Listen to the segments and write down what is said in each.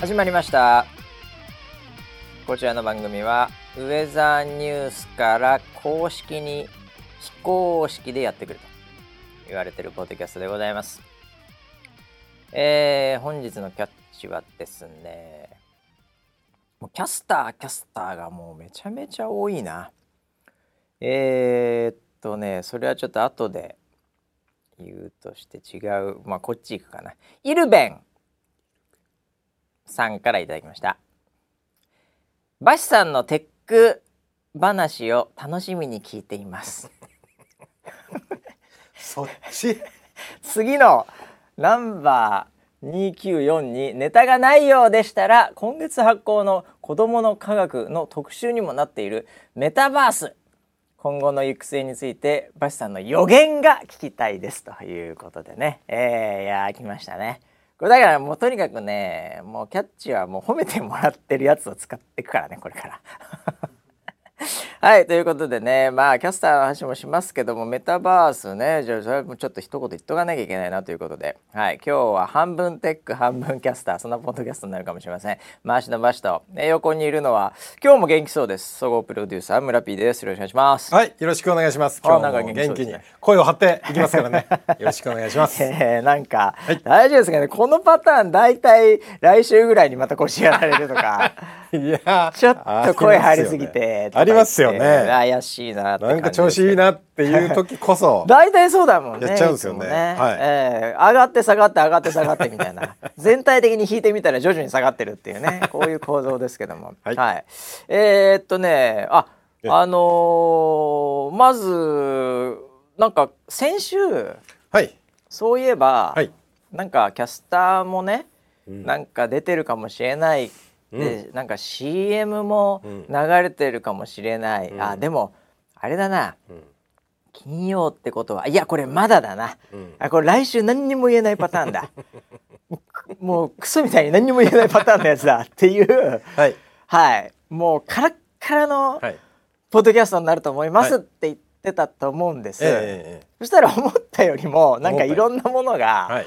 始まりましたこちらの番組はウェザーニュースから公式に非公式でやってくると言われてるポッドキャストでございますえー、本日のキャッチはですねもうキャスターキャスターがもうめちゃめちゃ多いなえー、っとねそれはちょっと後で言うとして違うまあこっち行くかなイルベンさんからいただきましたバシさんのテック話を楽しみに聞いていますそっち次のナンバー294にネタがないようでしたら今月発行の「子どもの科学」の特集にもなっているメタバース今後の行く末についてバシさんの予言が聞きたいですということでねえー、いやー来ましたねこれだからもうとにかくねもうキャッチはもう褒めてもらってるやつを使っていくからねこれから。はいということでねまあキャスターの話もしますけどもメタバースねじゃあそれもちょっと一言言っとかなきゃいけないなということで、はい、今日は半分テック半分キャスターそんなポッドキャストになるかもしれません回しのばしと、ね、横にいるのは今日も元気そうです総合プロデューサー村 P ですよろしくお願いします。はいよろしくお願いしますあ今日なもんか元気そ元うです気ねに声を張っていきますから ねよろしくお願いしま すえーなんか、大丈夫ですかねこのパターン大体来週ぐらいにまた腰やられると かいやちょっと声入りすぎてありますとかよ言ってね怪しいなって感なじんか調子いいなっていう時こそ大体そうだもんねやっちゃうんですよねいつもはいえー上がって下がって上がって下がってみたいな 全体的に引いてみたら徐々に下がってるっていうねこういう構造ですけどもはいえーっとねあえあのーまずなんか先週はいそういえば、はいなんかキャスターもね、うんなんか出てるかもしれない、でなんか CM もうん流れてるかもしれない、うんあでもあれだなうん金曜ってことはいやこれまだだなうんあこれ来週何にも言えないパターンだ もうクソみたいに何にも言えないパターンのやつだっていうはいはいもうカラッカラのはいポッドキャストになると思いますはっいて言ってたと思うんです、えええそしたら思ったよりもなんかいろんなものえはが、い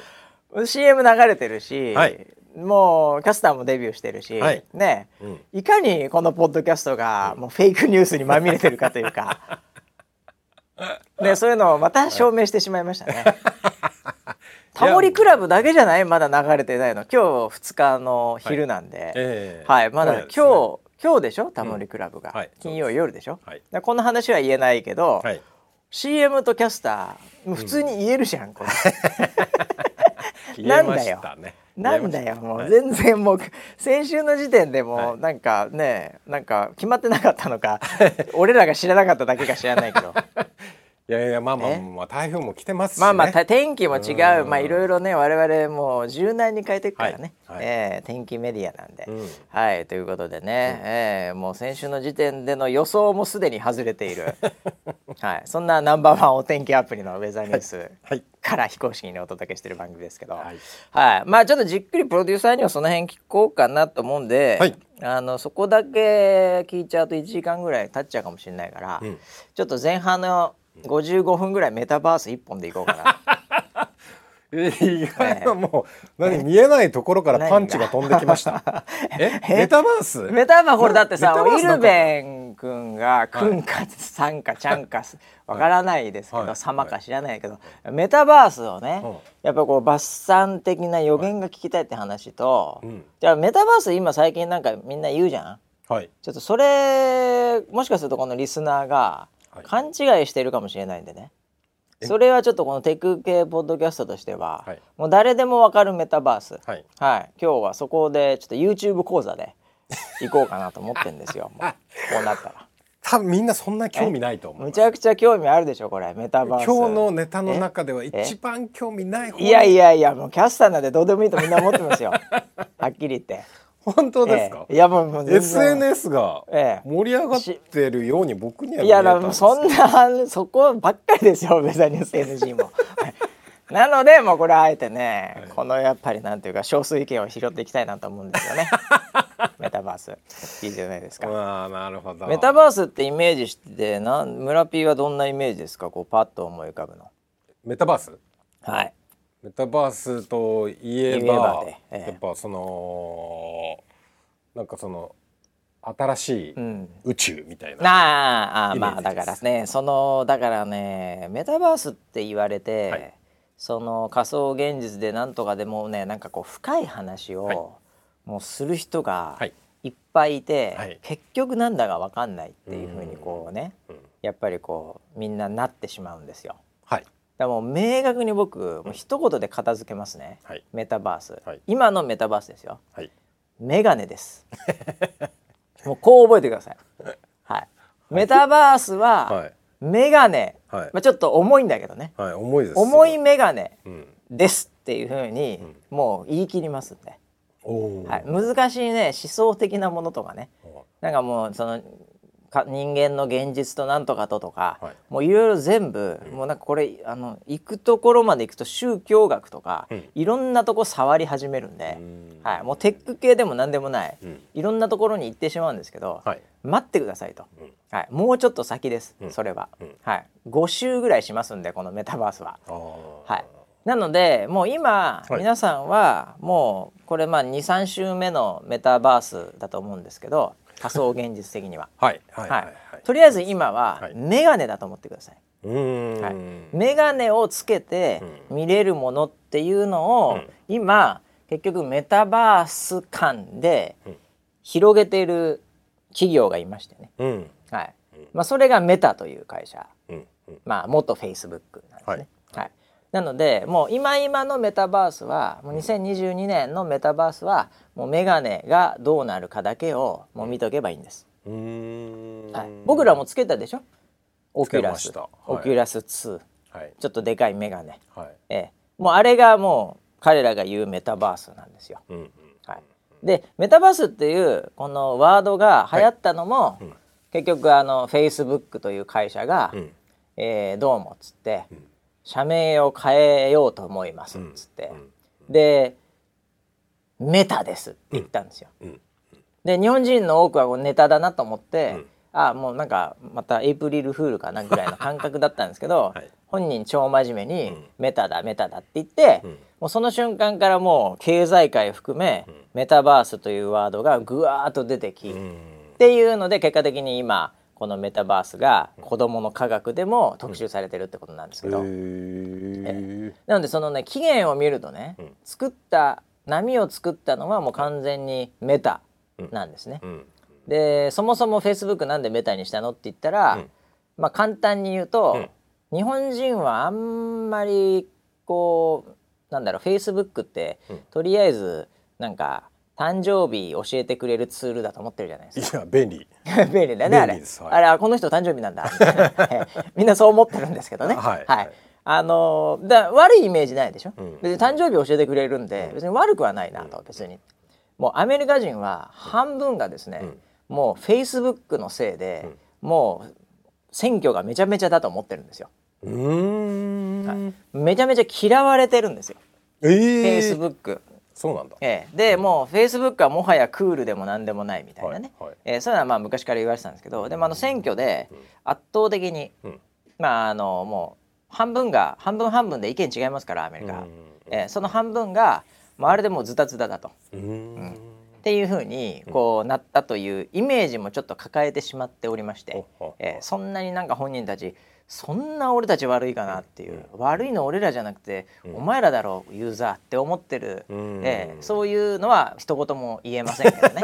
CM 流れてるし、はいもうキャスターもデビューしてるし、はいねうんいかにこのポッドキャストがもうフェイクニュースにまみれてるかという か。ね、そういうのをまた証明してしまいましたね。 タモリクラブだけじゃないまだ流れてないの今日2日の昼なんで、ええはいまだそう今です日、ね今日でしょタモリクラブが、うんはい金曜夜でしょ、はいだからこの話は言えないけど、はい CM とキャスター普通に言えるじゃん、これ。言えましたねなんだよもはうい全然もう先週の時点でもはういなんかねなんか決まってなかったのか 俺らが知らなかっただけか知らない けどいやいやまあまあえまあ台風も来てますしねまあまあた天気も違ううんまあいろいろね我々もう柔軟に変えていくからねはいはいえー天気メディアなんでうんはいということでねえーもう先週の時点での予想もすでに外れてい るはいそんなナンバーワンお天気アプリのウェザーニュースはいから非公式にお届けしてる番組ですけど、ははいい、まあちょっとじっくりプロデューサーにはその辺聞こうかなと思うんで、はいあのそこだけ聞いちゃうと1時間ぐらい経っちゃうかもしれないから、うんちょっと前半の55分ぐらいメタバース1本でいこうかえ意外なもう、何見えないところからパンチが飛んできました。 えメタバースなメタバースこれだってさメタバーイスなルんかベン君が「くんか」さんか」ちゃんかわからないですけど「はい様か知らないけど、メタバースをね、うんやっぱこうバッサン的な予言が聞きたいって話と、うんじゃあメタバース今最近なんかみんな言うじゃんはい。ちょっとそれもしかするとこのリスナーがはい勘違いしてるかもしれないんでね、それはちょっとこのテク系ポッドキャストとしては、はいもう誰でもわかるメタバース、はい。はい、今日はそこでちょっと YouTube 講座で行こうかなと思ってんです よもうこうなったら多分みんなそんな興味ないと思うむ。ちゃくちゃ興味あるでしょこれメタバ今ー日スのネタの中では一番興味ない方。いやいやいやもうキャスターなんてどうでもいいとみんな思って ますよはっきり言って本当ですかええいやもうもう全然 ?SNS がええ盛り上がってるように僕には見いえたやんですけど。なそんなそこばっかりですよウェザーニュース NG も。なのでもうこれあえてね、このやっぱりなんていうか少数意見を拾っていきたいなと思うんですよね メタバースいいじゃないですか。ああ、なるほど。メタバースってイメージしてなん村 P はどんなイメージですかこうパッと思い浮かぶの。メタバースはいメタバースといえば言えばでええやっぱそのなんかその新しいうん宇宙みたいな、なああーイメーまジあでだすからねそのだからねメタバースって言われて、はいその仮想現実でなんとかでもねなんかこう深い話を、はいもうする人がはいいっぱいいて、はい結局なんだかわかんないっていうふうにこうねうんやっぱりこうみんななってしまうんですよ。はいだからもう明確に僕もう一言で片付けますね、はいメタバース、はい今のメタバースですよはいメガネです もうこう覚えてください、はい、メタバースははいメガネ、はいまあ、ちょっと重いんだけどねはい重いです重いメガネうんですっていうふうにもう言い切りますんで、おお、はい、難しいね思想的なものとかねなんかもうそのか人間の現実となんとかととか、はいもういろいろ全部、もうなんかこれあの行くところまで行くと宗教学とか、うんいろんなとこ触り始めるんで、うんはい、もうテック系でも何でもない、うんいろんなところに行ってしまうんですけど、はい待ってくださいと、うんはい、もうちょっと先です、うんそれは、うんはい、5週ぐらいしますんでこのメタバースは。あーはい、なのでもう今、はい皆さんはもうこれまあ23週目のメタバースだと思うんですけど仮想現実的には、はいはいははいい はいとりあえず今ははいメガネだと思ってください。うーんはいメガネをつけて見れるものっていうのを、うん今結局メタバース間でうん広げている企業がいましてね、うんはいうんまあ、それがメタという会社、うんうんまあ、元フェイスブックなんですね。はいはいなのでもう今今のメタバースはもう2022年のメタバースはもうメガネがどうなるかだけをもう見とけばいいんです。うーんはい、僕らもつけたでしょオキュラス、つけましたオはいキュラス2はいちょっとでかいメガネ。はいええ、もうあれがもう彼らが言うメタバースなんですよ。うんうんはい、でメタバースっていうこのワードが流行ったのも、いうん結局あのフェイスブックという会社が、うんえーどうもっつって、ん社名を変えようと思いますっつって、でメタですって言ったんですよ。うんで日本人の多くはこうネタだなと思って、うんあもうなんかまたエイプリルフールかなぐらいの感覚だったんですけど、 はい本人超真面目に、うんメタだメタだって言って、うんもうその瞬間からもう経済界含め、メタバースというワードがぐわーっと出てき、うっんていうので結果的に今このメタバースが子どもの科学でも特集されてるってことなんですけど、へえなのでそのね起源を見るとね、ん作った波を作ったのはもう完全にメタなんですね。うんでそもそもフェイスブックなんでメタにしたのって言ったら、うんまあ簡単に言うと、日本人はあんまりこうなんだろうフェイスブックって、うんとりあえずなんか誕生日教えてくれるツールだと思ってるじゃないですいや便利か 便利だねあ便利れですはいあれあこの人誕生日なん だみたいなみんなそう思ってるんですけどねはいあのーだ悪いイメージないでしょ、うん別に誕生日教えてくれるんで別に悪くはないなと別にもうアメリカ人は半分がですね、もうフェイスブックのせいで、もう選挙がめちゃめちゃだと思ってるんですようーんめちゃめちゃ嫌われてるんですよフェえイえスブックそうなんだええ、でもうフェイスブックはもはやクールでも何でもないみたいなね、はいはいええそういうのはまあ昔から言われてたんですけどでもあの選挙で圧倒的に、うんまああのもう半分が半分半分で意見違いますからアメリカは、うええその半分が、まあ、あれでもうズタズタだと。っんうんていうふうにこうなったというイメージもちょっと抱えてしまっておりまして、おおええそんなになんか本人たちそんな俺たち悪いかなっていう、悪いの俺らじゃなくて、お前らだろうユーザーって思ってる、うんええそういうのは一言も言えませんけど ね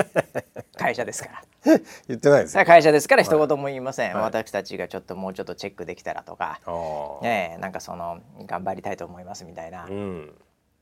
会社ですから。言ってないですさあよ会社ですから一言も言いません、はい私たちがちょっともうちょっとチェックできたらとか、あーええなんかその頑張りたいと思いますみたいな、うん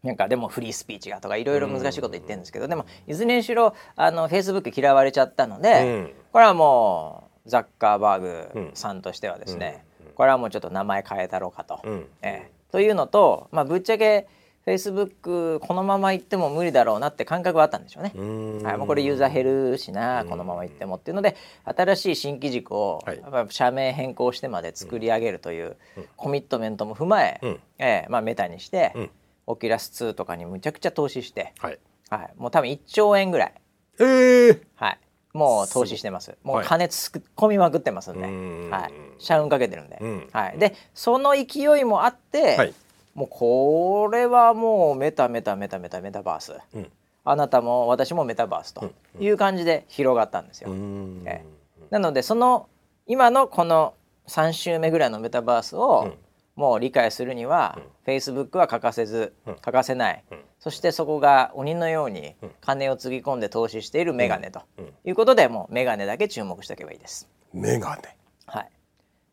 なんかでもフリースピーチがとかいろいろ難しいこと言ってるんですけど、でもいずれにしろあのフェイスブック嫌われちゃったので、うんこれはもうザッカーバうんーグさんとしてはですね、これはもうちょっと名前変えたろうかと。うんええというのと、まあ、ぶっちゃけフェイスブックこのまま行っても無理だろうなって感覚はあったんでしょうね。うんはい、もうこれユーザー減るしなこのまま行ってもっていうので新しい新機軸をはいやっぱ社名変更してまで作り上げるというコミットメントも踏まえ、うんええまあ、メタにして、うんオキュラス2とかにむちゃくちゃ投資して、はいはい、もう多分1兆円ぐらい、ええはい、もう投資してますもうはい金つく込みまくってますんで、うんはい、社運かけてるんで、うんはい、でその勢いもあって、はいもうこれはもうメタメタメタメタメタバース。うんあなたも私もメタバースという感じで広がったんですよ。うんえなのでその今のこの3週目ぐらいのメタバースをうんもう理解するには、Facebook は欠かせずうん欠かせない、うんそしてそこが鬼のようにうん金をつぎ込んで投資しているメガネとうんうんいうことで、もうメガネだけ注目しておけばいいです。メガネはい、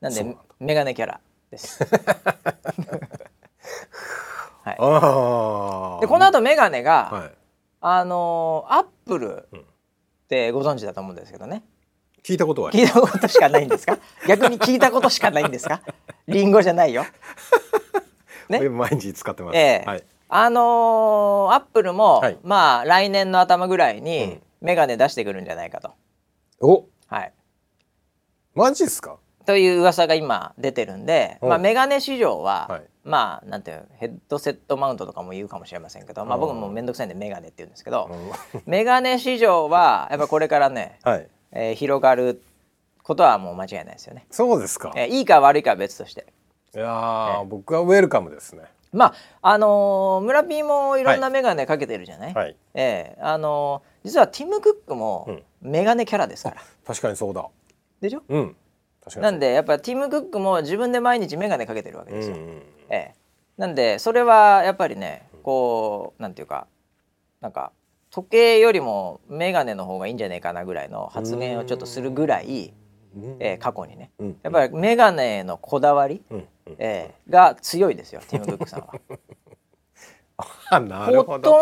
なんでそうなんだメガネキャラです。ああでこの後メガネが、はいあのーアップルうんってご存知だと思うんですけどね聞いたことはある聞いたことしかないんですか逆に聞いたことしかないんですかリンゴじゃないよねこれ 毎日使ってますええはいあのーアップルも、はいまあ来年の頭ぐらいにうんメガネ出してくるんじゃないかと、おはいマジですかという噂が今出てるんで、うんまあ、メガネ市場は、はいまあなんていうのヘッドセットマウントとかも言うかもしれませんけど、まあ、うん僕も面倒くさいんでメガネって言うんですけど、はメガネ市場はやっぱこれからね、いえー広がることはもう間違いないですよね。そうですかえーいいか悪いかは別としていやー僕はウェルカムですねまああのー村ピーもいろんなメガネかけてるじゃない、はいええあのー実はティム・クックもメガネキャラですから、確かにそうだでしょうん確かなにんでやっぱティム・クックも自分で毎日メガネかけてるわけそうですよ、うんうんええなんでそれはやっぱりねこうなんていうかなんか時計よりもメガネの方がいいんじゃないかなぐらいの発言をちょっとするぐらい、うんええ過去にねうんやっぱりメガネへのこだわり、うんうんええが強いです よティム・クックさんは。あなるほほど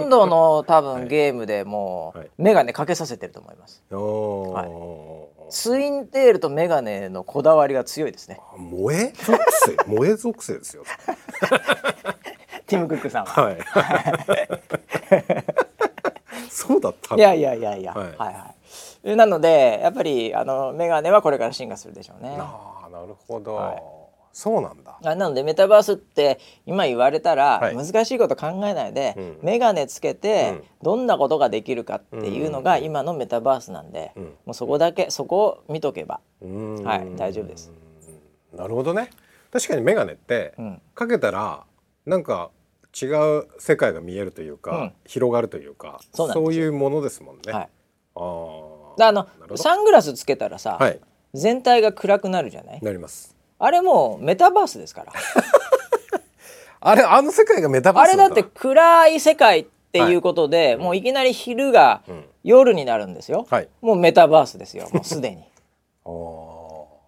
とんど の多分ゲームでもはいうメガネかけさせてると思います。おはいーツインテールとメガネのこだわりが強いですね。萌え属 性萌え属性ですよティム・クックさんは。はい。 そうだったのいやいやいやいや、は、はいいはいなのでやっぱりあのメガネはこれから進化するでしょうね。ああ、なるほど、はいそうなんだ。あなのでメタバースって今言われたらはい難しいこと考えないで、うんメガネつけうんてどんなことができるかっていうのがうん今のメタバースなんで、うんもうそこだけそこを見とけば、うーんはい大丈夫です。なるほどね。確かにメガネって、うん、かけたら、なんか。違う世界が見えるというか、うん広がるというかそうなんですよいうものですもんね。はい。あーであのなるほどサングラスつけたらさ、はい全体が暗くなるじゃないなります。あれもうメタバースですからあれあの世界がメタバあースれだって暗い世界っていうことで、もういきなり昼がうん夜になるんですよ、はい。もうメタバースですよもうすでに、ああ、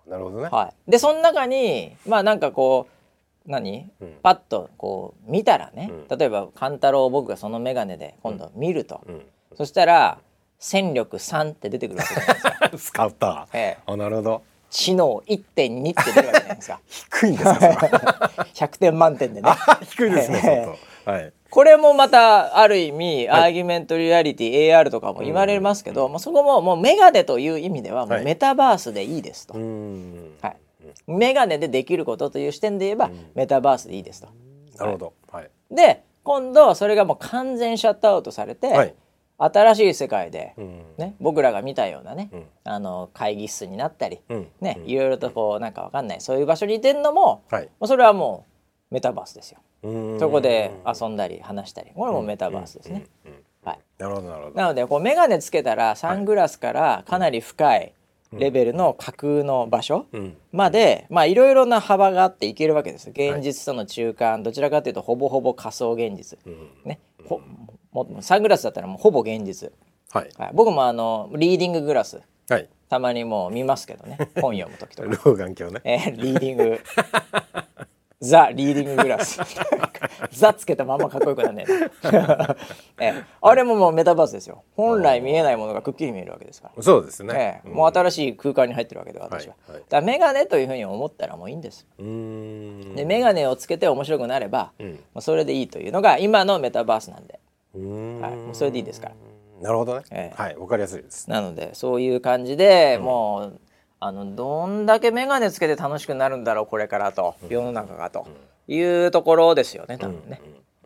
なるほどね。はい、でその中にまあなんかこう何、うんパッとこう見たらね、うん例えば勘太郎を僕がその眼鏡で今度見ると、うん。 そしたら戦力3って出てくるわけじゃないですか、スカウター。ええあ、なるほど。知能1.2って出てくるわけじゃないです か低いんで すか。それ100点満点でねあ低いですね。相当はい。これもまたある意味、アーギュメントリアリティ AR とかも言われますけど、まあ、そこももうメガネという意味ではもはういメタバースでいいですと、うーんはい、メガネでできることという視点で言えば、メタバースでいいですとなるほど。はい。で今度それがもう完全シャットアウトされて、はい新しい世界で、うん。ね、僕らが見たようなね、うんあの会議室になったり、うんねうんいろいろとこうなんかわかんないそういう場所にいてんのも、はいもうそれはもうメタバースですよ。そそこで遊んだり話したりこれもメタバースですね。はい、なるほどなるほど。なのでこう眼鏡つけたらサングラスからかなり深いレベルの架空の場所うん。までまあいろいろな幅があっていけるわけです現実との中間どちらかというとほぼほぼ仮想現実、ね、ほももうサングラスだったらもうほぼ現実、はいはい、僕もあのリーディンググラスはい。たまにもう見ますけどね本読む時とか 老眼鏡ね。えーリーディングザ・リーディンググラスザつけたまんまかっこよくなんねえな えーあれももうメタバースですよ本来見えないものがくっきり見えるわけですから、そうですねえ。ーもう新しい空間に入ってるわけで私は、はいはいだからメガネというふうに思ったらもういいんですうーん。でメガネをつけて面白くなれば、うんもうそれでいいというのが今のメタバースなんで、うーんはい、もうそれでいいですからなるほどええね。はい。わかりやすいです。なのでそういう感じで、もうあのどんだけ眼鏡つけて楽しくなるんだろうこれからと、世の中がというところですよね多分ね。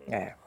ええ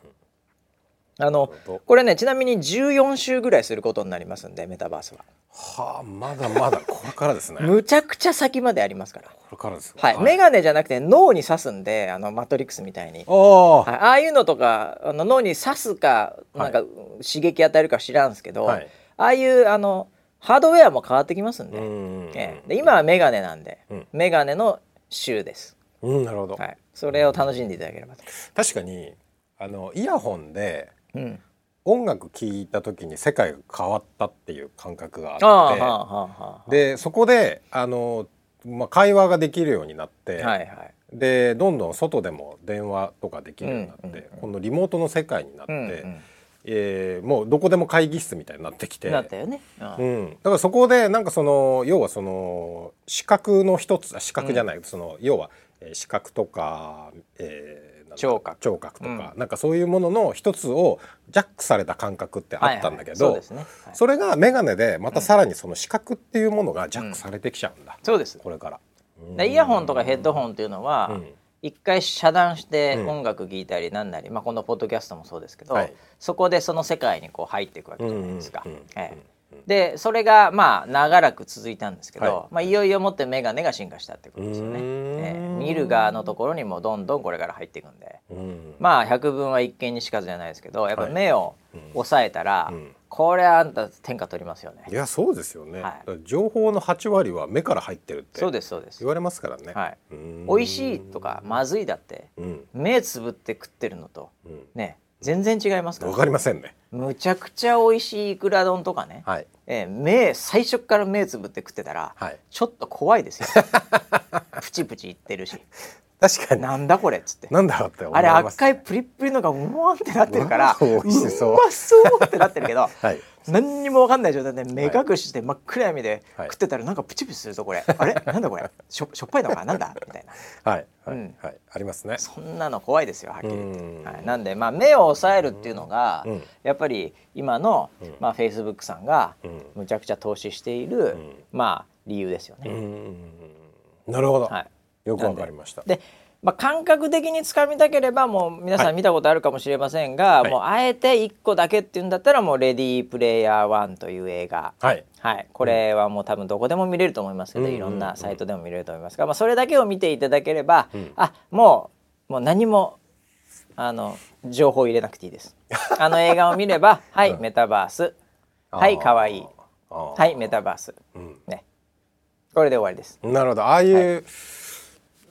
あのこれねちなみに14週ぐらいすることになりますんでメタバースははあまだまだこれからですねむちゃくちゃ先までありますからこれからですねはい、眼鏡じゃなくて脳に刺すんであのマトリックスみたいに、はい、おーああいうのとかあの脳に刺すかなんか刺激与えるか知らんすけど、はいああいうあのハードウェアも変わってきますんうで,、んええで今は眼鏡なんで、うんメガ眼鏡の週です、うんなるほど、はい、それを楽しんでいただければと、確かにあのイヤホンでうん、音楽聴いた時に世界が変わったっていう感覚があってああはあはあはあでそこであの、まあ、会話ができるようになって、はいはいでどんどん外でも電話とかできるようになって、うんうんうんこのリモートの世界になって、うんうんえーもうどこでも会議室みたいになってきてなったよね、うんうん、だからそこでなんかその要はその視覚の一つあ視覚じゃない、その要はえー視覚とか、えーなんだ聴覚聴覚とか、なんかそういうものの一つをジャックされた感覚ってあったんだけど、はいはい、そうですね、はいそれが眼鏡でまたさらにその視覚っていうものがジャックされてきちゃうんだ、そうですこれから。うんでイヤホンとかヘッドホンっていうのうはん一、回遮断してうん音楽聴いたりなんなり、まあ、このポッドキャストもそうですけど、はいそこでその世界にこう入っていくわけじゃないですか。うんうんうんええでそれがまあ長らく続いたんですけど、はいいまあ、いよいよもって眼鏡が進化したってことですよね。うーんええ見る側のところにもどんどんこれから入っていくんでうんまあ百聞は一見にしかずじゃないですけどやっぱはい目を押さえたら、うんこれはあんた天下取りますよね。いやそうですよね、はいだから情報の8割は目から入ってるってそうですそうです言。われますからね、はい、うん美味しいとかまずいだってうん目つぶって食ってるのとうんね全然違いますかわらかりませんねむちゃくちゃ美味しいイクラ丼とかね、はいえー目最初から目つぶって食ってたら、はいちょっと怖いです よプチプチいってるし確かになんだこれっつってなんだろうって思あいれます赤いプリップリのがうわーんってなってるからうわー 美味しそううまそうってなってるけ どはい何にも分かんない状態で目隠して真っ暗闇ではい食ってたらなんかプチプチするぞこれ、あれなんだこれしょしょっぱいのかなんだみたいなはいはい、うんはいありますねそんなの怖いですよはっきり言って、うんはい、なんで、まあ、目を抑えるっていうのが、うんやっぱり今の、んまあ、フェイスブックさんが、うんむちゃくちゃ投資している、んまあ、理由ですようね。んなるほど、はい、よくわかりましたで、まあ、感覚的につかみたければもう皆さん見たことあるかもしれませんが、はいもうあえて1個だけっていうんだったらもう「レディープレイヤー1」という映画。はいはい、これはもう多分どこでも見れると思いますけど、うんいろんなサイトでも見れると思いますが、まあ、それだけを見ていただければ、うんあもうもう何もあの情報入れなくていいです。 あの映画を見れば「はい、メタバース」「はいかわいい」「は、はいいメタバースうん」ねこれで終わりです。なるほどああいう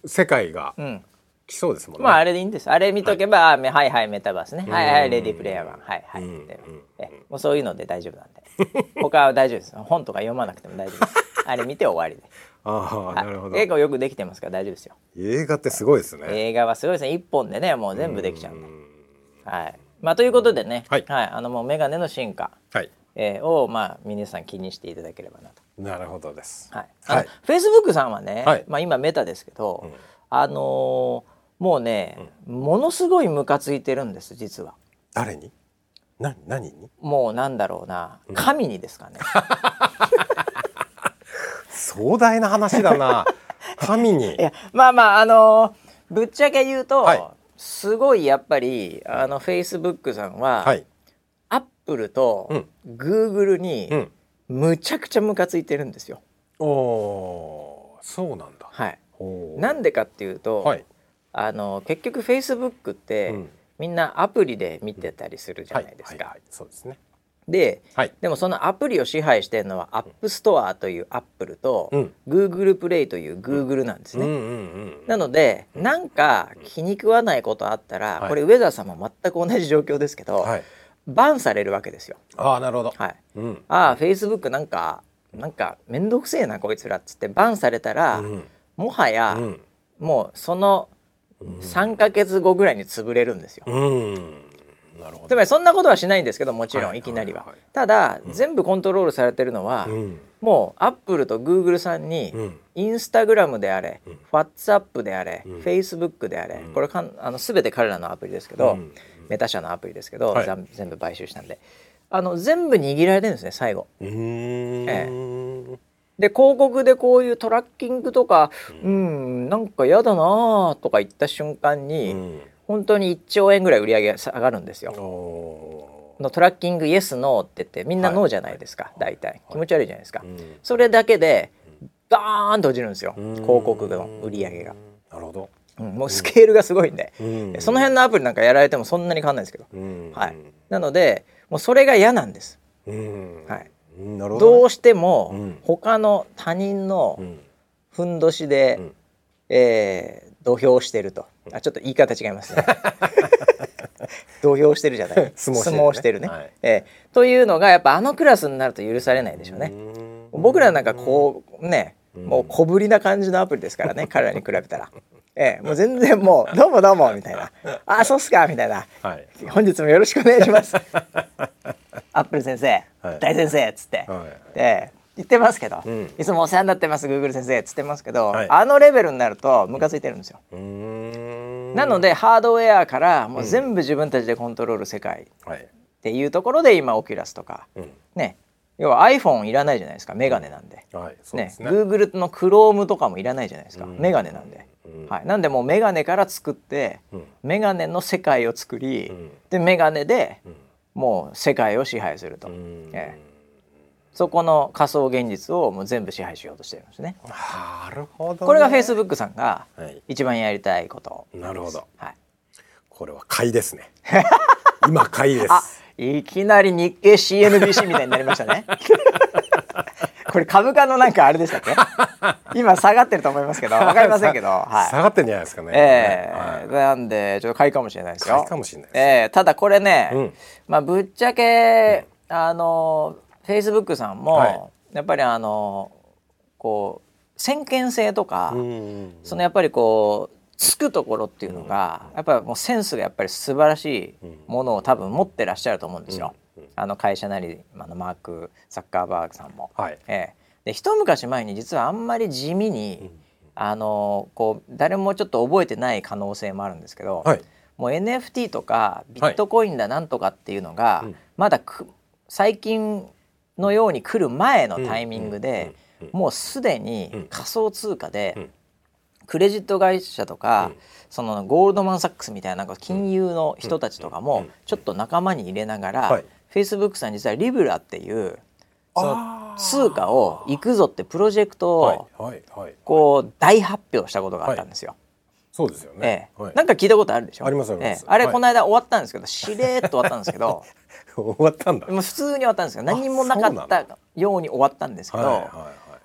世界がうん、来そうですもんね、まああれでいいんです。あれ見とけば、あめはいはいメタバースね。はいはいレディープレイヤー1。はいはい。うんでうんえもうそういうので大丈夫なんで。他は大丈夫です。本とか読まなくても大丈 夫です。あれ見て終わりで。ああはいなるほど結構よくできてますから大丈夫ですよ。映画ってすごいですね、映画はすごいですね一本でねもう全部できちゃうんで、うんはいまあ、ということでね、はいあのもう眼鏡の進化、はいえーを、まあ、皆さん気にしていただければなと。なるほどですはい、はあいフェイスブックさんはね、はいまあ、今メタですけど、うんあのーもうね、ものすごいムカついてるんです実は誰に何何にもうなんだろうな神にですかね、壮大な話だな 神にいやまあまああのーぶっちゃけ言うと、はいすごいやっぱりあのフェイスブックさんは、はいアップルとグーグルに、うんむちゃくちゃムカついてるんですよ。おおーそうなんだはい、おーなんでかっていうと、はいあの結局 Facebook って、うんみんなアプリで見てたりするじゃないですか。はいはいはいそうですねではいでもそのアプリを支配してるのは App Store という Apple と、うん Google Play という Google なんですうんね。うんうんなのでなんか気に食わないことあったら、はいこれウェザーさんも全く同じ状況ですけど、はいバンされるわけですよ。ああなるほどはい、うんああ Facebook なんかなんか面倒くせえなこいつらっつってバンされたら、うんもはや、うんもうその3ヶ月後ぐらいに潰れるんですよ。うんなるほつどまりそんなことはしないんですけどもちろはんいいきなりははいはい。ただ全部コントロールされてるのはうんもうアップルとグーグルさんにうんインスタグラムであれうんファッツアップであれフうんェイスブックであれうんこれかんあの全て彼らのアプリですけどうんメタ社のアプリですけどはいざん全部買収したんであの全部握られてるんですね最後。うーんで広告でこういうトラッキングとかうんなんか嫌だなあとか言った瞬間に、うん本当に1兆円ぐらい売り上げが下がるんですよ。おのトラッキングイエスノーって言ってみんなはいノーじゃないですか、大体気持ち悪いじゃないですか、ーうんそれだけでバーンと落ちるんですようん広告の売り上げが、なるほど、うんもうスケールがすごいんで、うんその辺のアプリなんかやられてもそんなに変わんないですけどうんはいなのでもうそれが嫌なんですうんはいうんなるほどねどうしてうもん他の他人のうんふんどしで、うんえー土俵をしてるとあちょっと言い方違いますね 土俵してるじゃない相撲してるねねはいえーというのがやっぱあのクラスになると許されないでしょうねうん僕らなんかこうねうんもう小ぶりな感じのアプリですからね彼らに比べたら。ええ、もう全然もう「どうもどうも」みたい な「あそうっすか」みたいなはい「本日もよろしくお願いし ます」「アップル先生、はい大先生」っつって、はいで言ってますけど、うんいつもお世話になってますグーグル先生」っつってますけど、はいあのレベルになるとムカついてるんですよ。うんなのでハードウェアからもう全部自分たちでコントロール世界はいっていうところで今オキュラスとかうんね要は iPhone いらないじゃないですかメガネなんで。はいそうでねすね Google の Chrome とかもいらないじゃないですか、うんメガネなんで、うんはい、なんでもうメガネから作ってうんメガネの世界を作り、うんでメガネでうんもう世界を支配すると、うんえそこの仮想現実をもう全部支配しようとしてるんですねなるほどねこれが Facebook さんがはい一番やりたいことんですなるほどはい、これは買いで すね今買いですあいきなり日経 CNBC みたいになりました ねこれ株価のなんかあれでしたっけ今下がってると思いますけどわかりませんけ ど、はい、下がってんじゃないですかねええはいなんでちょっと買いかもしれないですよ。買いかもしれないですええただこれね、うんまあぶっちゃけあのフェイスブックさんも、はいやっぱりあのこう先見性とか、うんそのやっぱりこうつくところっていうのが、やっぱりもうセンスがやっぱり素晴らしいものを多分持ってらっしゃると思うんですよ。あの会社なりあのマーク・サッカーバーグさんも。はいええ、で一昔前に実はあんまり地味に、んあのこう誰もちょっと覚えてない可能性もあるんですけど、はいもう NFT とかビットコインだなんとかっていうのが、うんまだく最近のように来る前のタイミングで、うんうんもうすでうにん仮想通貨で、うんクレジット会社とか、うんそのゴールドマン・サックスみたいななんか金融の人たちとかうもんちょっと仲間に入れながら、はい Facebook さん実はリブラっていうそのあー通貨を行くぞってプロジェクトをはいはいはいこう大発表したことがあったんですよ。そうですよえねえはいなんか聞いたことあるでしょありますありますええあれはいこの間終わったんですけど、しれーっと終わったんですけ ど 終わったんだもう普通に終わったんですけど何もなかあそっうなたように終わったんですけど、はいはいはい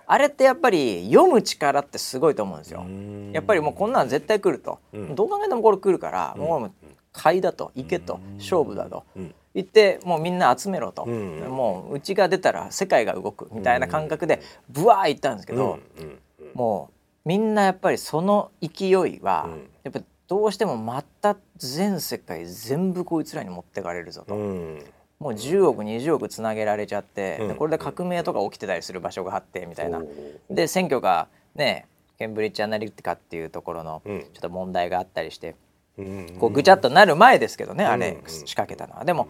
あれってやっぱり読む力ってすごいと思うんですよう。んやっぱりもうこんなん絶対来ると、うんどう考えてもこれ来るから、んもうもう買いだと行けと勝負だとうん言ってもうみんな集めろと、うんもううちが出たら世界が動くみたいな感覚でブワー行ったんですけど、うんうんうんもうみんなやっぱりその勢いは、うんやっぱどうしてもまた全世界全部こいつらに持ってかれるぞと、うんもう10億20億つなげられちゃって、うんでこれで革命とか起きてたりする場所があってみたいなお。ーで選挙がねケンブリッジ・アナリティカっていうところのちうょんっと問題があったりして、うんうんこうぐちゃっとなる前ですけどね、あうんれうん仕掛けたのは。でも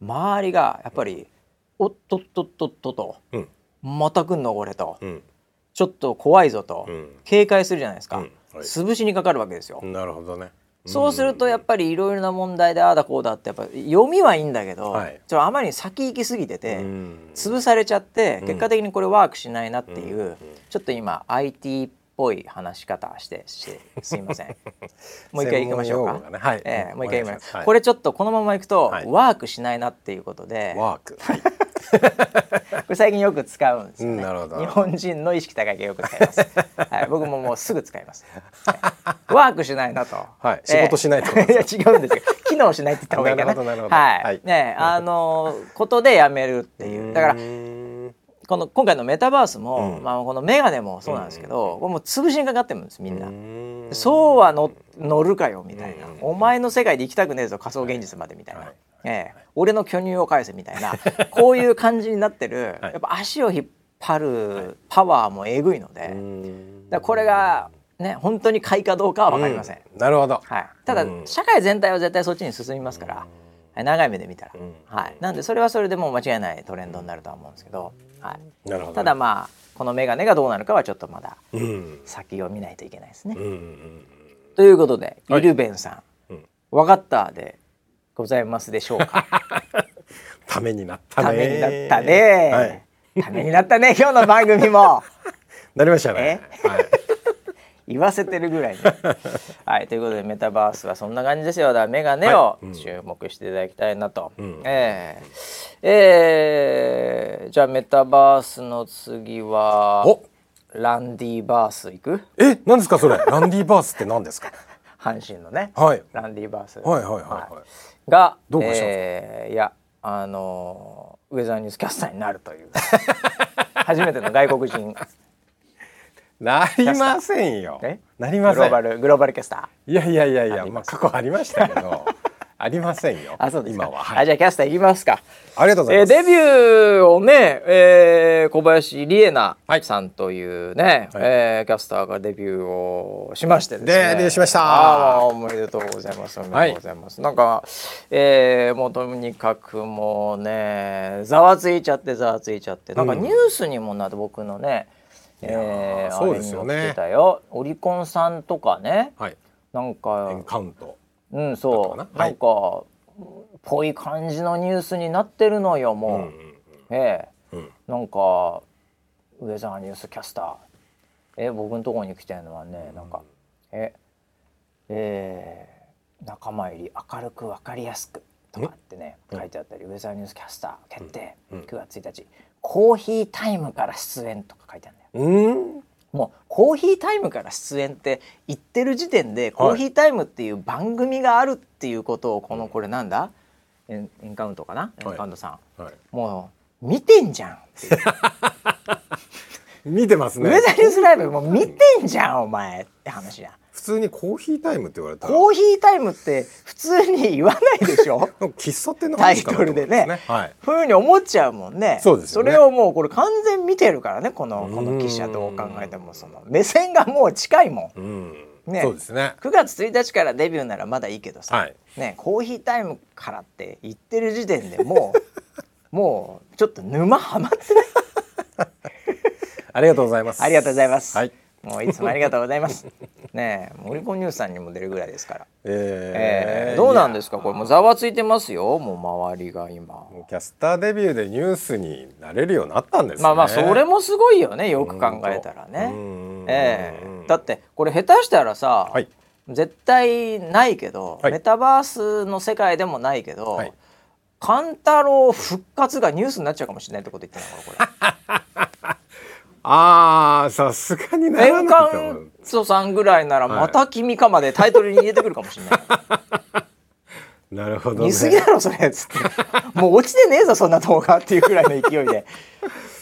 周りがやっぱり「おっとっとっとっと」とうん「また来んのこれ」とうん「ちょっと怖いぞ」とうん警戒するじゃないですか、うんはい潰しにかかるわけですよ。なるほどねそうするとやっぱりいろいろな問題でああだこうだってやっぱ読みはいいんだけど、はいちょっとあまりに先行きすぎてて、うん潰されちゃってうん結果的にこれワークしないなっていう、うんうんちょっと今 IT っぽい話し方してしてすいま せんもう一回行きましょう専門用語がか、ねはいええもう一回行きましょう、はいこれちょっとこのまま行くと、はいワークしないなっていうことでこワークはいれ最近よく使うんですようんねなるほど日本人の意識高い系よく使い ます、はい、僕ももうすぐ使います、はいワークしないなと、はい仕事しないってこといや違うんですよ機能しないって言った方がいいかな なるほどなるほどはい、はいねあのことでやめるっていうだからうんこの今回のメタバースも、うんまあ、このメガネもそうなんですけど、これもう潰しにかかってるんですみんな。うんそうはの乗るかよみたいな、うんお前の世界で行きたくねえぞ仮想現実までみたいな、はいええ俺の巨乳を返せみたいなこういう感じになってる、はいやっぱ足を引っ張るパワーもえぐいので、だかうんらこれが、ね、本当に買いかどうかは分かりません、うなるほどはい、ただ、うん社会全体は絶対そっちに進みますから、はい長い目で見たら、んはい、なんでそれはそれでもう間違いないトレンドになるとは思うんですけど、はい、なるほどただまあこのメガネがどうなるかはちょっとまだうん先を見ないといけないですね。うんうんということではゆいるべんさん、うん「わかった」でございますでしょう かためになったねためになったね、はいためにな ったね今日の番組もなりましたねはい言わせてるぐらいね。はいということでメタバースはそんな感じですよだから眼鏡をはいうん注目していただきたいなと。うんええええじゃあメタバースの次はおランディバース行くえ何ですかそれ ランディバースって何ですか阪神のね、はいランディバース、、はいはいはいはいがどうかしたんですえかーいやあのーウェザーニュースキャスターになるという 初めての外国人いなりませんよえ なりグロませーバんルグローバルキャスタいやいやいやいやりままあす過去ありました けどありませんーよあそうですか今ははあいじゃあキャスターいきますかありがとうございえーますデビューをね、えー小林理恵奈さんというね、はいえーキャスターがデビューをしましてですでね。デビューしましたあーおめでとうございます。おめでとうございます。なんか、えーもうとにかくもうねざわついちゃってざわついちゃってなんかうんニュースにもなって僕のね、えーーそうですよねあれにも来てたよオリコンさんとかねはいなんエかンカウントうんだそっうたなんかなか、ぽい感じのニュースになってるのようもう。んうんええうんなんかウェザーニュースキャスターえ僕のところに来てるのはねなんかええー仲間入り明るく分かりやすくとかってねん書いてあったりウェザーニュースキャスター決定うん9月1日コーヒータイムから出演とか書いてあるんだようんもうコーヒータイムから出演って言ってる時点でコーヒータイムっていう番組があるっていうことをこのこれなんだエンエンカウントかなエはいンカウントさん、はいもう見てんじゃん見てますねウェザーニュースライブもう見てんじゃんお前って話や普通にコーヒータイムって言われたらコーヒータイムって普通に言わないでし ょなんか喫茶店の話かなと思いまタイすトルでねはいふうに思っちゃうもんねそうですよねそれをもうこれ完全見てるからねこのこの記者どう考えてもその目線がもう近いもうんねそうですねん9月1日からデビューならまだいいけどさ、はいね、コーヒータイムからって言ってる時点でもう もうちょっと沼ハマってないありがとうございますありがとうございます、はいもういつもありがとうございますねえオリコンニュースさんにも出るぐらいですからええーーどうなんですかこれもうざわついてますよもう周りが今もうキャスターデビューでニュースになれるようになったんですねまあまあそれもすごいよねよく考えたらうんね、うんうんえーだってこれ下手したらさ、はい絶対ないけど、はいメタバースの世界でもないけど、はい勘太郎復活がニュースになっちゃうかもしれないってこと言ってたのかなこあーさすがにな れら円なかっ環とさんぐらいなら「はいまた君か」までタイトルに入れてくるかも しれないなるほどね似すぎだろそれっつってもう落ちてねえぞそんな動画っていうくらい の勢いで。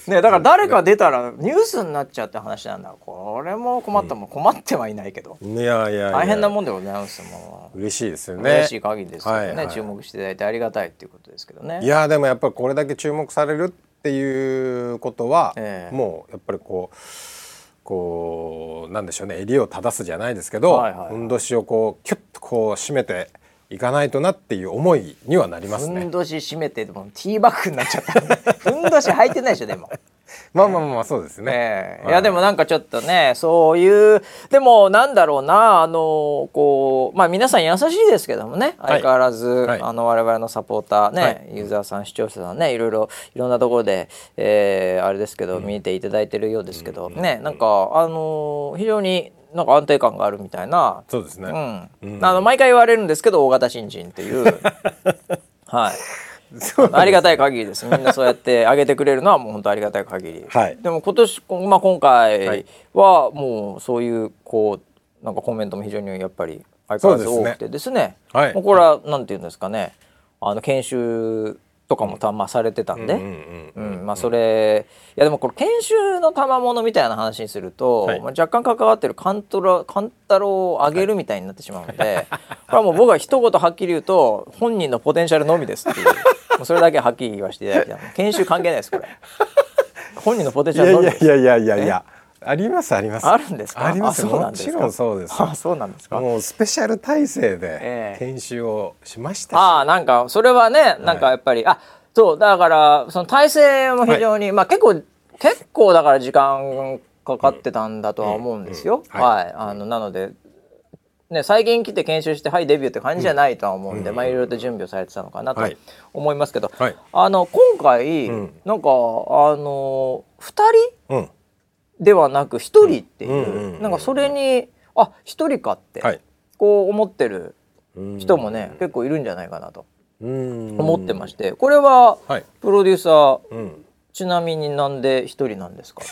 ね、だから誰か出たらニュースになっちゃうって話なんだこれも困ったもん困ってはいないけどいやいやいや大変なもんでございますもう嬉しいですよね嬉しい限りですけどね、はいはい注目していただいてありがたいっていうことですけどねいやでもやっぱりこれだけ注目されるっていうことは、ええもうやっぱりこうこうなんでしょうね襟を正すじゃないですけど、はいはいはいふんどしをこうキュッとこう締めていかないとなっていう思いにはなりますふんね。どし締めてでもティーバッグになっちゃったふんどし履いてないでしょでも。まあまあまあまあそうです ね。ええはいいやでもなんかちょっとねそういうでもなんだろうなあのこうまあ皆さん優しいですけどもねはい相変わらず、はいあの我々のサポーターね、はいユーザーさん視聴者さんねいろいろいろんなところで、えーあれですけど、見ていただいてるようですけど、ねなんかあの非常になんか安定感があるみたいなそうですね。うんうんあの毎回言われるんですけど大型新人って いうはいそうありがたい限りですみんなそうやって上げてくれるのはもう本当ありがたい限り、はいでも今年、こんまあ、今は回いはもうそういうこうなんかコメントも非常にやっぱり相変わらずそ多うですねくてですねはいもうこれはなんていうんですかねあの研修とかもたまあされてたんで、うんうんううんんまあそれいやでもこれ研修の賜物みたいな話にすると、はいまあ、若干関わってるカントラカンタロウを上げるみたいになってしまうので、これはもう僕は一言はっきり言うと本人のポテンシャルのみですっていうもうそれだけはっきり言わせていただきたい研修関係ないですこれ本人のポテンいシャルやのいみでやすいやいやいやいやありますあります。あるんですかありますあそうなもんですちかろんそうです。あそうなんですかもうスペシャル体制えでえ研修をしましたし。ああなんかそれはねなんかやっぱり、あそうだからその体制も非常に、まあ結構結構だから時間かかってたんだとは思うんですよ。うんうんははい、あのなのでね、最近来て研修してはいデビューって感じじゃないとは思うんで、まあいろいろと準備をされてたのかなとはい思いますけど、はいあの今回、うんなんかあの2人うんではなく1人っていう,、うんうんうんなんかそれにあ一1人かって、はいこう思ってる人もね、結構いるんじゃないかなと思ってまして、これははいプロデューサーうんちなみになんで1人なんですか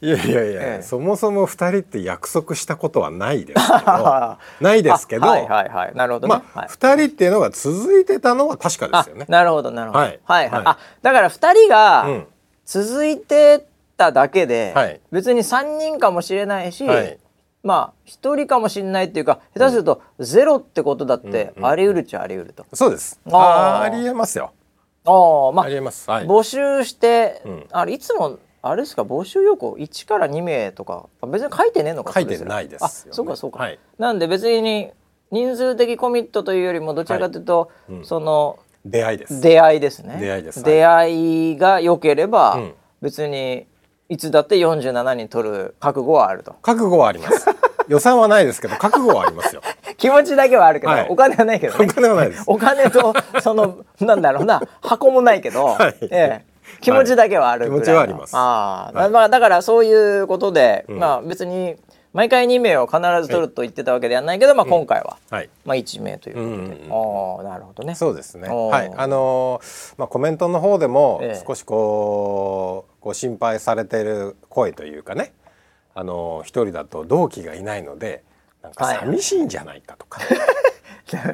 いやいやいや、ええそもそも二人って約束したことはないですけど あない ですけど、はいはいはいなるほどね、まはあい二、人っていうのが続いてたのは確かですよねあ。なるほどなるほど。ははいいはい、はいあだから2人うがん続いてただけで、はい別に3人かもしれないし、はいまあ1人かもしれないっていうか下手するとゼロってことだってあり得るっちゃあり得ると。そうです。あーあーありえますよ。ああまありえます。はあい。募集して、うんあれいつもあれですか募集要項1から2名とかあ別に書いてねえのか書いてないですよねそれすらあそうかそうか、はいなんで別に人数的コミットというよりもどちらかというと、その出会いです。出会いですね出会いです出会いが良ければ、うん別にいつだって47人取る覚悟はあると覚悟はあります。予算はないですけど覚悟はあ りますよ。気持ちだけはあるけど、はいお金はないけどねお金はないですお金とそのなんだろうな箱もないけど、 はいええ気持ちだけはあるぐらいの気持ちはありますああ、はいまあだからそういうことで、んまあ別に毎回2名を必ず取ると言ってたわけではないけど、まあ今回は、はい。まあ1名ということで、うんうんあうあなるほどね。そうですね。おーはい。あのーまあコメントの方でもええ少しこうご心配されてる声というかね、あのー一人だと同期がいないのでなんかはい寂しいんじゃないか とか、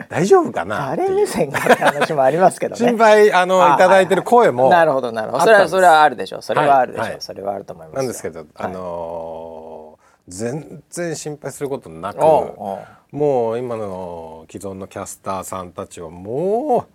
大丈夫かなって誰いう目線かって話もありますけどね。 心配あのあいただいてる声もなるほどなるほど。あっそれたんではすそれはあるでしょう。それはあるでしょう。はいはいそれはあると思いますよ。なんですけど、あはいのー全然心配することなくおうおうもう今の既存のキャスターさんたちはも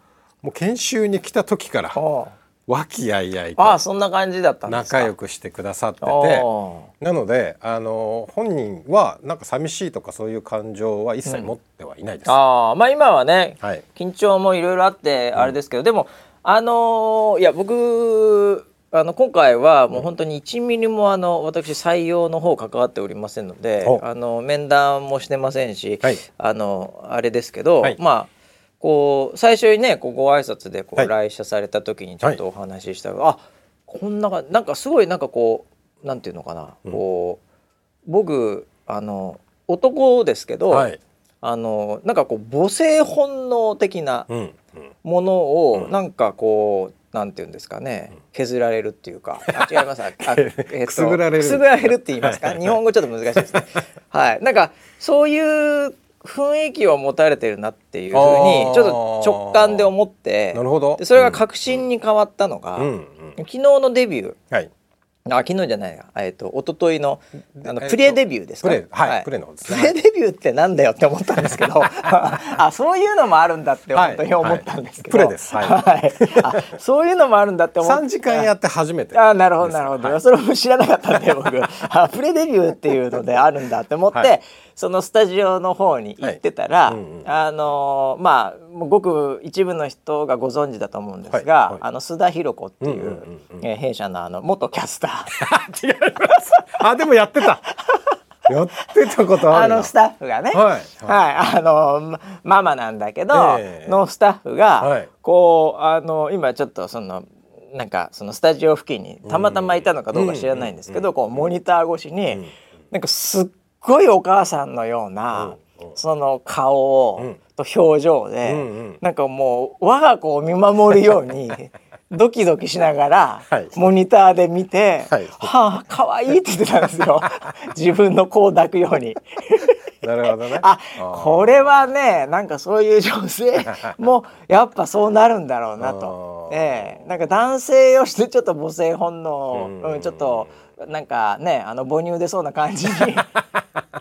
うもう研修に来た時からおう和気あいあいああとそんな感じだったんですか。仲良くしてくださってておうなので、あのー本人はなんか寂しいとかそういう感情は一切持ってはいないです。ああまあ今はね、はい緊張もいろいろあってあれですけど、でもあのーいや僕あの今回はもう本当に1ミリもあの私採用の方関わっておりませんのでおあの面談もしてませんし、はいあのあれですけど、はいまあこう最初にねこうご挨拶でこはうい来社された時にちょっとお話ししたら、あこんながなんかすごいなんかこうなんていうのかな、こう僕あの男ですけど、はい、あのなんかこう母性本能的なうん、うんものを、うんなんかこうなんていうんですかね、削られるっていうかあ違いますあ、 あえっとくすぐられるくすぐられるって言いますか日本語ちょっと難しいですねはいなんかそういう雰囲気を持たれてるなっていうふうにあーちょっと直感で思ってなるほどでそれが確信に変わったのが、うんうん昨日のデビューはい、あ昨日じゃないな、えっと一昨日のあのえっとプレデビューですか、プレはいプレの方ですねプレデビューってなんだよって思ったんですけど あそういうのもあるんだってはい本当に思ったんですけど、はいプレですはいはいあそういうのもあるんだって思った3時間やって初めてあなるほどなるほど、ですはいそれも知らなかったんで 僕あプレデビューっていうのであるんだって思って、はいそのスタジオの方に行ってたら、はいうんうんあのーまあもうごく一部の人がご存知だと思うんですが、はいはいあの須田寛子っていう,、うんうんうんうんえー弊社のあの元キャスター違います。 あ、でもやってた。やってたことああるな。のスタッフがね、はいはいあのまママなんだけど、ええのスタッフが、はいこうあの今ちょっとそのなんかそのスタジオ付近にたまたまいたのかどうか知らないんですけど、こうモニター越しに、なんかすっごいお母さんのような、その顔を、と表情で、うんうんなんかもう我が子を見守るよう にドキドキしながら、はいモニターで見て「ははいあ可愛いって言ってたんです よ自分の子を抱くように。なるほどね。あーこれはねなんかそういう女 性もやっぱそうなるんだろうなとあ、ーええなんか男性をしてちょっと母性本能、うんうんちょっとなんかねあの母乳出そうな感じに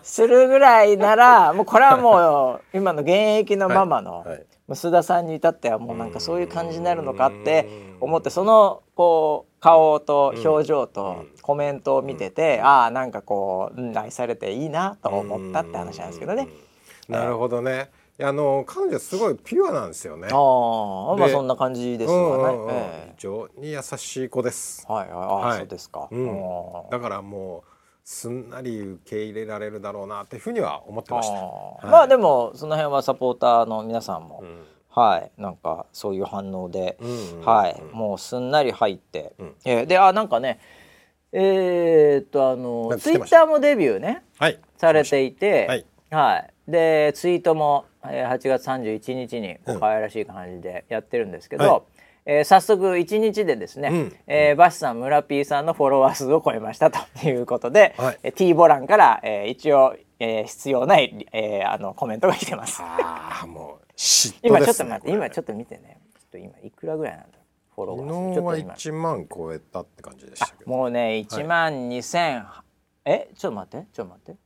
するぐらいならもうこれはもう今の現役のママのはいはい須田さんに至ってはもうなんかそういう感じになるのかって思ってそのこう顔と表情とコメントを見てて、ああなんかこう、うん愛されていいなと思ったって話なんですけどね。なるほどね。いやあの彼女すごいピュアなんですよね。ああ、まあでそんな感じですうんうわねんうん。ええ非常に優しい子です。はいはい、ああはいそうですか。うんああだからもうすんなり受け入れられるだろうなっていうふうには思ってました。あーはいまあでもその辺はサポーターの皆さんも、うんはいなんかそういう反応で、うんうんはい、うんもうすんなり入って、うんえーであなんかねえーっとあなのんかツ来イてまッしたターもデビューねはい、されていて、はいはいでツイートも、えー8月31日にうん可愛らしい感じでやってるんですけど、はいえー早速1日でですね、うんえーバシさん村 P さんのフォロワー数を超えましたということで、はいえー T ボランから、えー一応、えー必要ない、えーあのコメントが来てます。ああもう嫉今妬ちでょっすとね待って、今ちょっと見てねちょっと今いくらぐらいなんだろうフォロワー数ちょっことれ今昨日は1万超えたって感じでしたけどもうね1万2000、えちょっと待ってちょっと待って、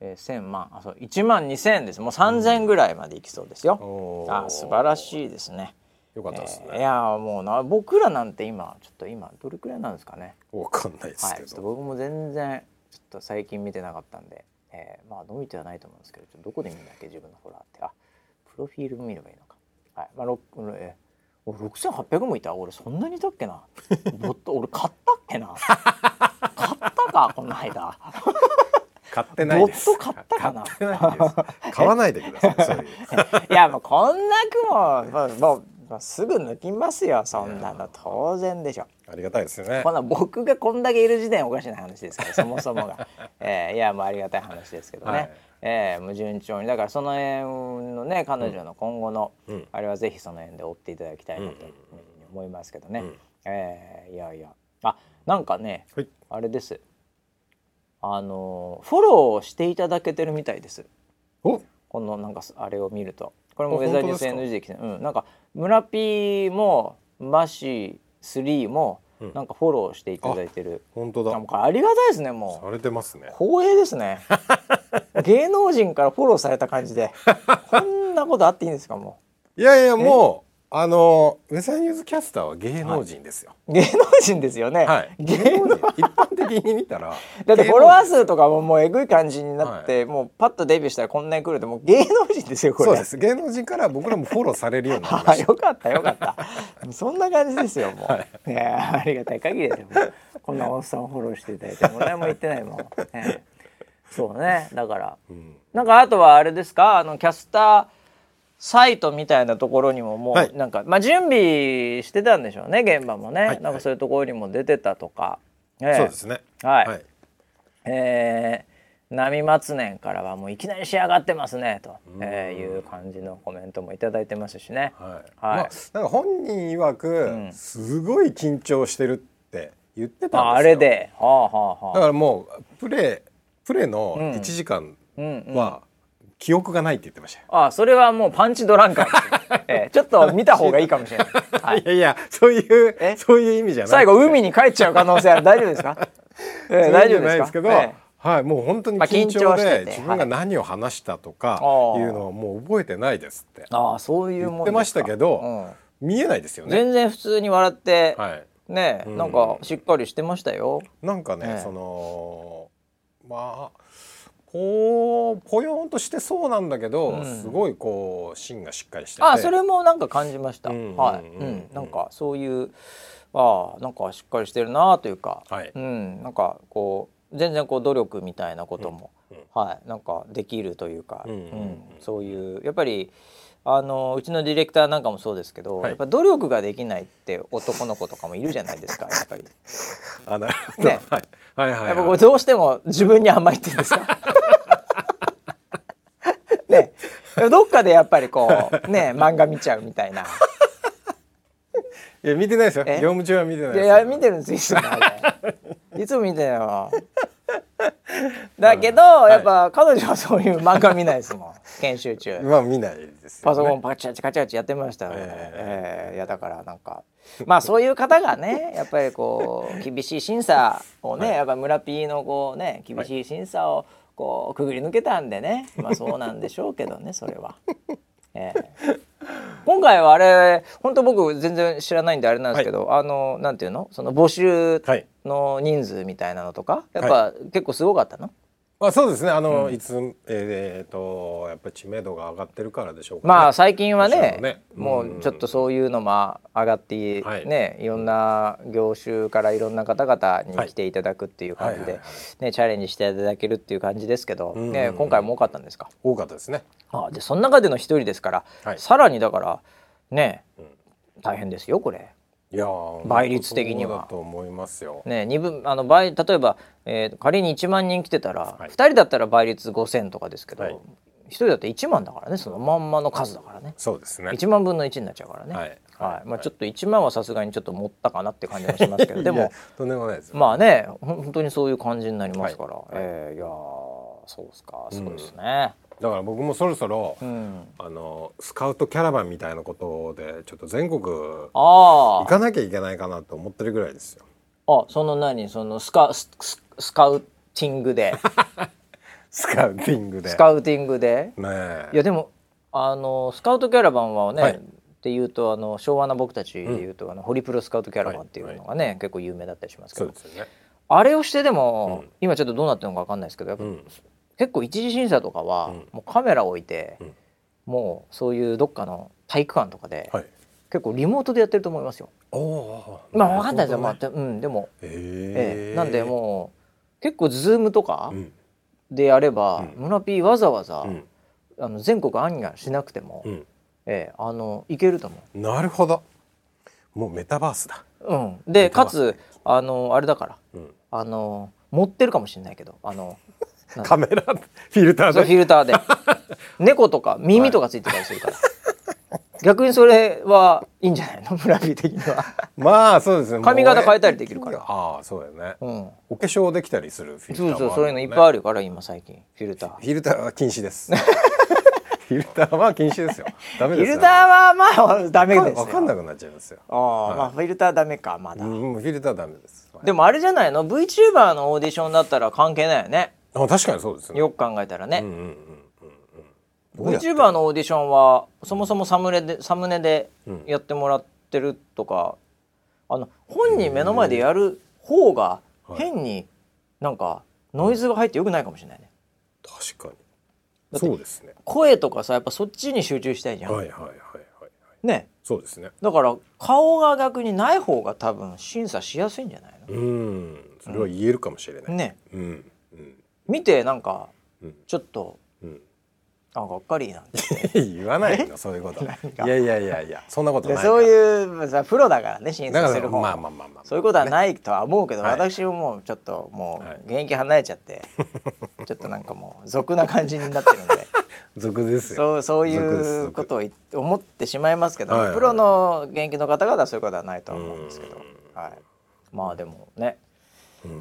えー、1000万あそう1万2000ですもう3000ぐらいまでいきそうですよ、おーあ素晴らしいですねよかったですね、えーいやーもうな僕らなんて今ちょっと今どれくらいなんですかねわかんないですはいけちょっとど、僕も全然ちょっと最近見てなかったんで、えーまあ伸びてはないと思うんですけどちょっとどこで見るんだっけ自分のフォロワーってあプロフィール見ればいいのかはいまあろくえー俺6800もいた俺そんなにいたっけなボット俺買ったっけな買ったかこの間買ってないですボット買ったかな買ってないです買わないでくださいそういういやもうこんな雲もうもうもうすぐ抜きますよそんなの当然でしょありがたいです ねこの僕がこんだけいる時点おかしな話ですからそもそも が、えーいやもうありがたい話ですけどね、はいえーもう順調にだからその辺のね彼女の今後の、うんあれはぜひその辺で追っていただきたいなとうん思いますけどね、うんえーいやいやあなんかねはいあれですあのフォローしていただけてるみたいですおこのなんかすあれを見るとこれもあウェザーニュー本当でスすか NG で来てうん、なんか村 P もマシ3もうんなんかフォローしていただいてる、本当あだもうこれありがたいですねもされてますねう光栄です ね芸能人からフォローされた感じでこんなことあっていいんですかもいやいやもうあのウェザーニュースキャスターは芸能人ですよう芸能人ですよね、はい、芸 芸能能人一般的に見た らだってフォロワー芸数とかももうえぐい感じになって、もうパッとデビューしたらこんなに来るってもう芸能人ですよ能こ人れそうです芸能人から僕らもフォローされるようになりまあしたよかったよかったそんな感じですよもう、い、やありがたい限りですよもうこんなおっさんをフォローしていただいてもう何も言ってないもん、ええそうねだから、んなんかあとはあれですかあのキャスターサイトみたいなところにももう、はいなんかまあ準備してたんでしょうね現場もね、はいなんかそういうところにも出てたとか、ええそうですねはいはい、えー、波松年からはもういきなり仕上がってますねと、えーいう感じのコメントもいただいてますしね。はいはいまあなんか本人曰く、んすごい緊張してるって言ってたんですよああれで、はあはあだはあ、からもうプレープレーのん1時間うんうん、は記憶がないって言ってましたよ、あそれはもうパンチドランカーですね、ええちょっと見た方がいいかもしれ ない、はいい、やいやそういえうそういう意味じゃない最後海に帰っちゃう可能性ある大丈夫です か、ええ大大丈丈夫夫ないでですすかけど、えはい、もう本当にまあ緊緊張張してでて自分が何を話したとかはいいうのはもう覚えてないですってえああそういう言もっんてまでしすかたけど、見えないですようん、ね。全然普通に笑って、はい、ねえうんなんかしっかりしてましたよ、なんかね、ええそのまあこうぽよんとしてそうなんだけど、うんすごいこう芯がしっかりしててあそれもなんか感じました、うんはい、うんうん、なんかそういうああなんかしっかりしてるなというか、はいうんなんかこう全然こう努力みたいなことも、はいなんかできるというか、うんうんうんそういうやっぱりあのうちのディレクターなんかもそうですけど、はいやっぱ努力ができないって男の子とかもいるじゃないですかやっぱり。あなるほど、ねはいはいはいはいやっぱこうどうしても自分に甘いっていうんです か。ね、どっかでやっぱりこうね漫画見ちゃうみたいな。いや見てないですよえ業務中は見てないいですやいや見てるんですよいつもあ れいつも見てるよだけど、いやっぱ彼女はそういう漫画見ないですもん 研修中まあ見ないですよ、ね、パソコンパチパチカチカチやってましたね、ええいやだからなんかまあそういう方が ねやっぱりこう厳しい審査をね、やっぱ村 P のこうね厳しい審査をこうくぐり抜けたんでねまあそうなんでしょうけ どねそれは。ええ今回はあれ本当僕全然知らないんであれなんですけど、あのなんていうのその募集はいの人数みたいなのとかやっぱ結構すごかったの、ままあそうですねあの、いつえー、とやっぱり知名度が上がってるからでしょうか、ね、まあ最近はねももうちょっとそういうのも上がって、はいねいろんな業種からいろんな方々に来ていただくっていう感じはいはいではねチャレンジしていただけるっていう感じですけど、んうんね、今回も多かったんですか多かったですねあでその中での一人ですから、はいさらにだからね大変ですよこれ。いやー倍率的にはそうだと思いますよね、二分あの倍例えば、えー仮に1万人来てたら、はい2人だったら倍率5,000とかですけど、はい1人だって1万だからねそのまんまの数だからねそうですね1万分の1になっちゃうからね、はいはいまあ、ちょっと1万はさすがにちょっと持ったかなって感じもしますけどでいやもとんでもないですよまあねほん本当にそういう感じになりますから、はいえーいやーそうですかすごいですね。だから僕もそろそろ、うんあのスカウトキャラバンみたいなことでちょっと全国行あーかなきゃいけないかなと思ってるぐらいですよあその何そのスカスススカウティングでスカウティングでスカウティングでねえいやでもあのスカウトキャラバンはね、はいっていうとあの昭和な僕たちでいうと、あのホリプロスカウトキャラバンっていうのがね、結構有名だったりしますけそうどですよねあれをしてでも、うん今ちょっとどうなってるのかわかんないですけどやっぱ、うん結構一次審査とかは、うんもうカメラ置いて、うんもうそういうどっかの体育館とかで、はい結構リモートでやってると思いますよ。おおまあわかんないですよ、まあたでうん、でも、ええええなんでもう結構ズームとかうんでやれば、うん村 P わざわざ、うんあの全国案がしなくても、うんええあのいけると思う。なるほどもうメタバースだうん、でかつあのあれだからうんあの持ってるかもしれないけどあのカメラフィルタそうーフでィルター で猫とか耳とかついてたりするから、逆にそれはいいんじゃないの村人的には、まあそうですね髪型変えたりもうできるからああそうだよねうん、お化粧できたりするフィルタそーうもそうそういうのいっぱいあるあるから今最近フィルターフィルターは禁止です。 フィルターは禁止ですよ。ダメフでィすよ。ルターはまあダメですよわかんなくなっちゃいますよ。ああ、まあフィルターダメかまうだ、ん、もうフィルターはダメです。でもあれじゃないの VTuber のオーディションだったら関係ないよねあ、確かにそうですね。よく考えたらね、うんうんうんうんうん。どうやって VTuber のオーディションはそもそもサムネでサムネでうんやってもらってるとか、あの本人目の前でやる方がはい変になんかノイズが入ってよくないかもしれないね。確かだに。ってそうですね。声とかさやっぱそっちに集中したいじゃん。はいはいはいはいはい。ねそうですね。だから顔が逆にない方が多分審査しやすいんじゃないうん。それは言えるかもしれなのい。ねうんうん見てなんかうんちょっとうん。なんかがっかりなん て言わないのそういうこと。いやいやいやいや、そんなことないから。そういうさプロだからね審だ査かすらる方まはあまあまあまあ。そういうことはないとは思うけど、はい私ももうちょっともはいう現役離れちゃ って、ちょっとなんかもう俗な感じになってるんで俗ですよ。そうそうい俗ですう俗ことを言って思ってしまいますけど、はいはいプロの現役の方々はそういうことはないとは思うんですけど、はい、まあでもね、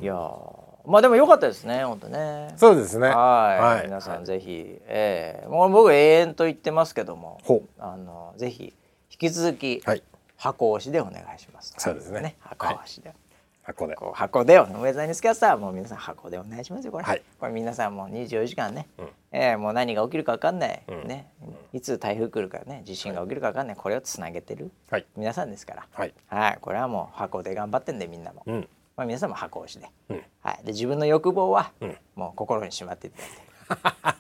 いやーまあでも良かったですね本当ね。そうですね。はい、はい皆さんぜひ、ええもう僕永遠と言ってますけどもほうあのぜひ引き続き、はい。箱押しでお願いします。そうですね箱押しで。箱で。こう箱でをウェザーニュースキャスターはもう皆さん箱でお願いしますよこれ、はいこれ皆さんもう24時間ね、うんえーもう何が起きるか分かんない、うんねいつ台風来るかね地震が起きるか分かんない、これをつなげてるはい。皆さんですからはい。はいこれはもう箱で頑張ってんでみんなも、うん。まあ、皆さんも箱押しで,、うんはい、で自分の欲望は、うんもう心にしまっていただいて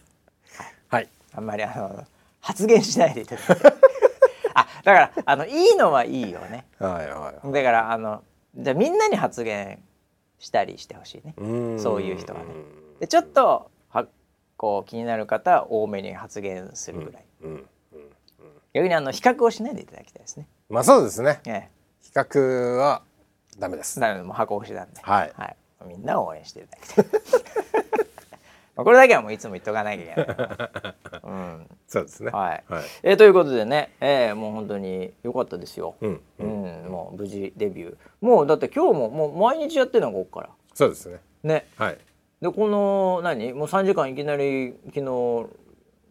はい。あんまりあの発言しないでいた だいてあだからあのいいのはいいよねはいはい。だからあのじゃあみんなに発言したりしてほしいね、そそういう人はねでちょっとはこう気になる方は多めに発言するぐらい、うん、逆にあの比較をしないでいただきたいですね。まあそうですねえ比較はダメでえ、すなのでもう箱推しなんで、はいみんなを応援していただきたい。 まあこれだけはもういつも言っとかなきゃいけないから。うん、そうですねはい。はいえーということでね、えーもう本当に良かったですよ。うんうん、もう無事デビュー。もうだって今日ももう毎日やってるのがここから。そうですねね。はいでこの何もう3時間いきなり昨日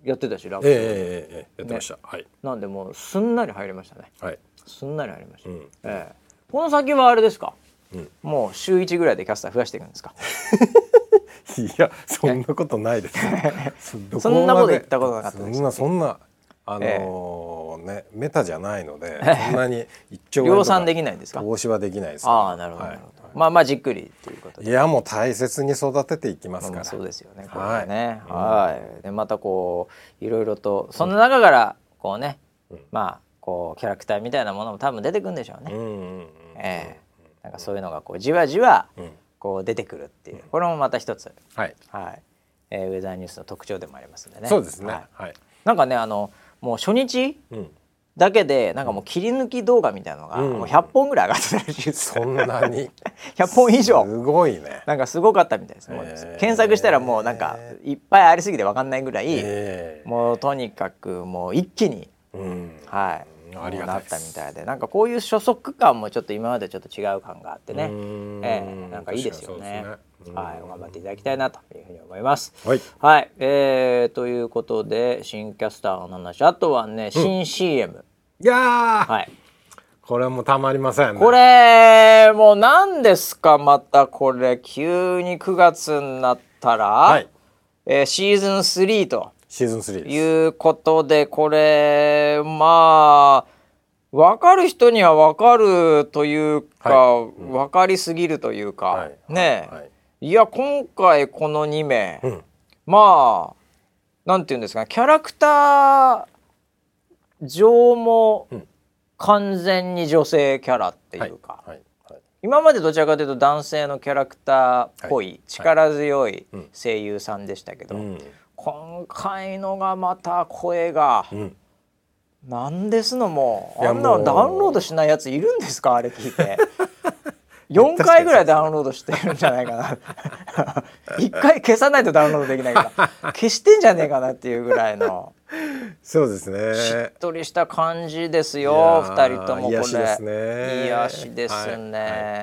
やってたしラップ、ええええええやってました、はいなんでもうすんなり入りましたねはいすんなり入りました、うんええこの先はあれですか、うんもう週1ぐらいでキャスター増やしていくんですかいやそんなことないです どそこまでんなこと言ったことなかったですそんなそんなあのーねメタじゃないのでそんなに一兆円とか量産できないんですか投資はできないですああなるほど、なるほどまあまあじっくりということいで。やもう大切に育てていきますまかあら。そうですよね。これはいはね。うんはい。でまたこういろいろとその中からこうね、うんまあこうキャラクターみたいなものも多分出てくるんでしょうね。うんうんうん。ええなんかそういうのがこうじわじわうんこう出てくるっていうこれもまた一つ、はい。はいえーウェザーニュースの特徴でもありますんでね。そうですはね。いはい。なんかねあのもう初日うん。だけでなんかもう切り抜き動画みたいなのがうんもう100本ぐらい上がってたらしい です。そんな に100本以上すごいね。なんかすごかったみたいです。もうへー検索したらもうなんかいっぱいありすぎてわかんないぐらい、ええもうとにかくもう一気にうん。はいありがもうないったでたすみたいでなんかこういう初速感もちょっと今までちょっと違う感があってねうーんええなんかいいですよね確かにそうですねはいうん頑張っていただきたいなというふうに思いますはいはいえーということで新キャスターの話あとはね新 CM、いやー、はいこれはもうたまりませんね。これもう何ですかまたこれ急に9月になったら、はいえーシーズン3とシーズン3です。いうことでこれまあ分かる人には分かるというか、は分かりすぎるというか、はいねえ、はいいや今回この2名、うんまあなんていうんですかキャラクター上もうん完全に女性キャラっていうか、はいはい今までどちらかというと男性のキャラクターっぽい、はい力強いうん声優さんでしたけど、うん今回のがまた声が。うんなんですのもいやあんなのもうダウンロードしないやついるんですかあれ聞い て4回ぐらいダウンロードしてるんじゃないか な一回消さないとダウンロードできないから消してんじゃねえかなっていうぐらいのそうですしねっ。とりした感じですいやよー2人ともこれ癒しですね癒しですね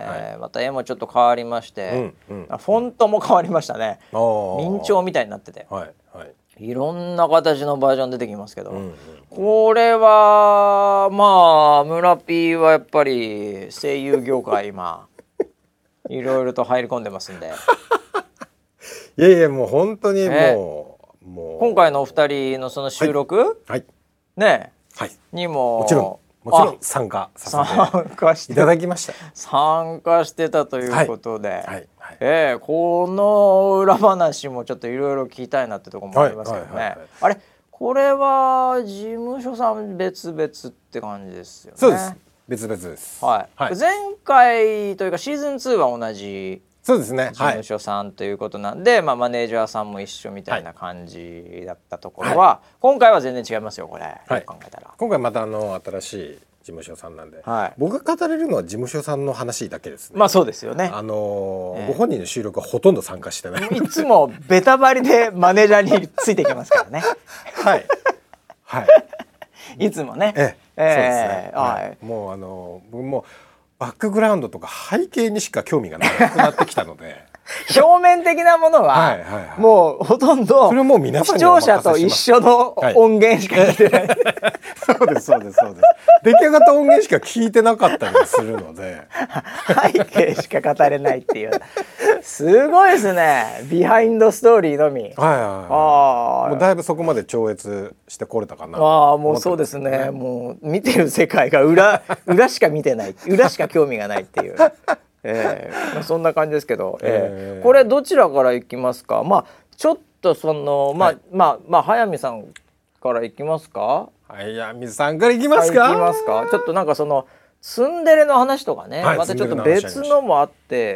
はいはまた絵もちょっと変わりまして、うんうんあフォントも変わりましたねあー明朝みたいになっててはいはい。いろんな形のバージョン出てきますけど、うんうんこれはまあ村ピーはやっぱり声優業界 今いろいろと入り込んでますんでいやいやもう本当にねもうもう今回のお二人のその収録、はいねはいにももちろんもちろん参加あさせ参加してていただきました。参加してたということで、はいはい。ええこの裏話もちょっといろいろ聞きたいなってとこもありますけどね、はいはいはいはいあれこれは事務所さん別々って感じですよねそうです。別々です。はい、はい。前回というかシーズン2は同じそうですね事。は務い。所さんということなんで、まあ、マネージャーさんも一緒みたいな感じだったところは、今回は全然違いますよこれ、はいよく考えたら。今回またあの新しい事務所さんなんで、はい僕が語れるのは事務所さんの話だけですね。まあそうですよねあのーええご本人の収録はほとんど参加してない。いつもベタバリでマネージャーについてきますからね はい。 はい。いつもね。ええ。ええそうですね。ははいい。もうあのー僕もバックグラウンドとか背景にしか興味がなくなってきたの で、表面的なものは、はいはいはいもうほとんどそれはもう皆さん視にお聴任せ者しますと一緒のはい音源しか聞い てない、そうですそうですそうです。 出来上がった音源しか聞いてなかったりもするので、背景しか語れないっていうすごいですねビハインドストーリーのみはいはいはあい。もうーだいぶそこまで超越してこれたかな。あーもうそうですねもう見てる世界が裏 裏しか見てない裏しか興味がないって いう、えーまあ、そんな感じですけど、えーえーこれどちらからいきますかまあちょっとそのまあ、まあまあ早見さんからいきますかはい、や、水さんからいきますか。はい行きますかちょっとなんかそのツンデレの話とかね、はいまたちょっとツンデレの話ありまし別たのもあって、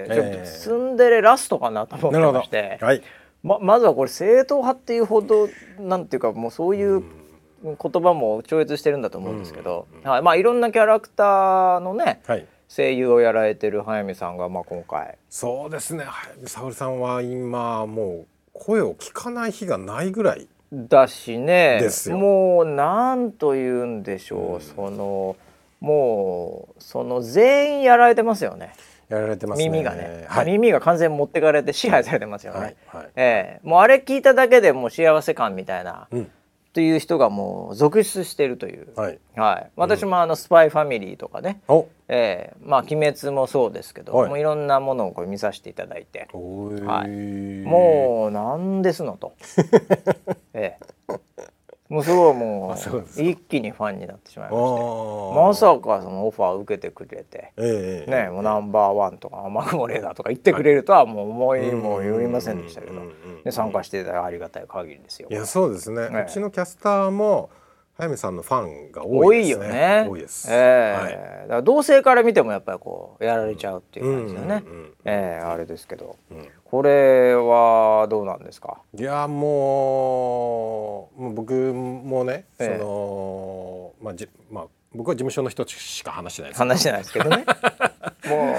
えちょっとツンデレラストかなと思っなてるほましどて。、はい。ままずはこれ正統派っていうほどなんていうかもうそういう言葉も超越してるんだと思うんですけど、はいまあ、いろんなキャラクターのね、はい。声優をやられてる早見さんが、まあ、今回そうですね。はい、沙織さんは今もう声を聞かない日がないぐらい。だしねですよもうなんというんでしょう、そのもうその全員やられてますよね。やられてますね。耳がね、はい。耳が完全に持ってかれて支配されてますよね、はいはいええもうあれ聞いただけでもう幸せ感みたいな、うんという人がもう続出してるという、はい。はい私もあの「スパイファミリー」とかね、お。ええまあ「鬼滅」もそうですけど、はいい、もういろんなものをこう見させていただいて、おはいい もうなんですのと、ええもうすごいもあそうでうすか一気にファンになってしまいましてままさかそのオファー受けてくれて、ええね、もうナンバーワンとか雨雲レーダーとか言ってくれるとはもう思いもよりませんでしたけどで参加ししていただいてありがたい限りですよい。やそうですね、ええうちのキャスターも早見さんのファンが多多いいですよねね。多いです、ええだから同性から見てもやっぱりこうやられちゃうっていう感じだね。うんうんうんええあれですけど、うんこれはどうなんですか。いやもうもう僕もね、ええそのまあじまあ僕は事務所の人しか話してないですけど話してないですけど ね。も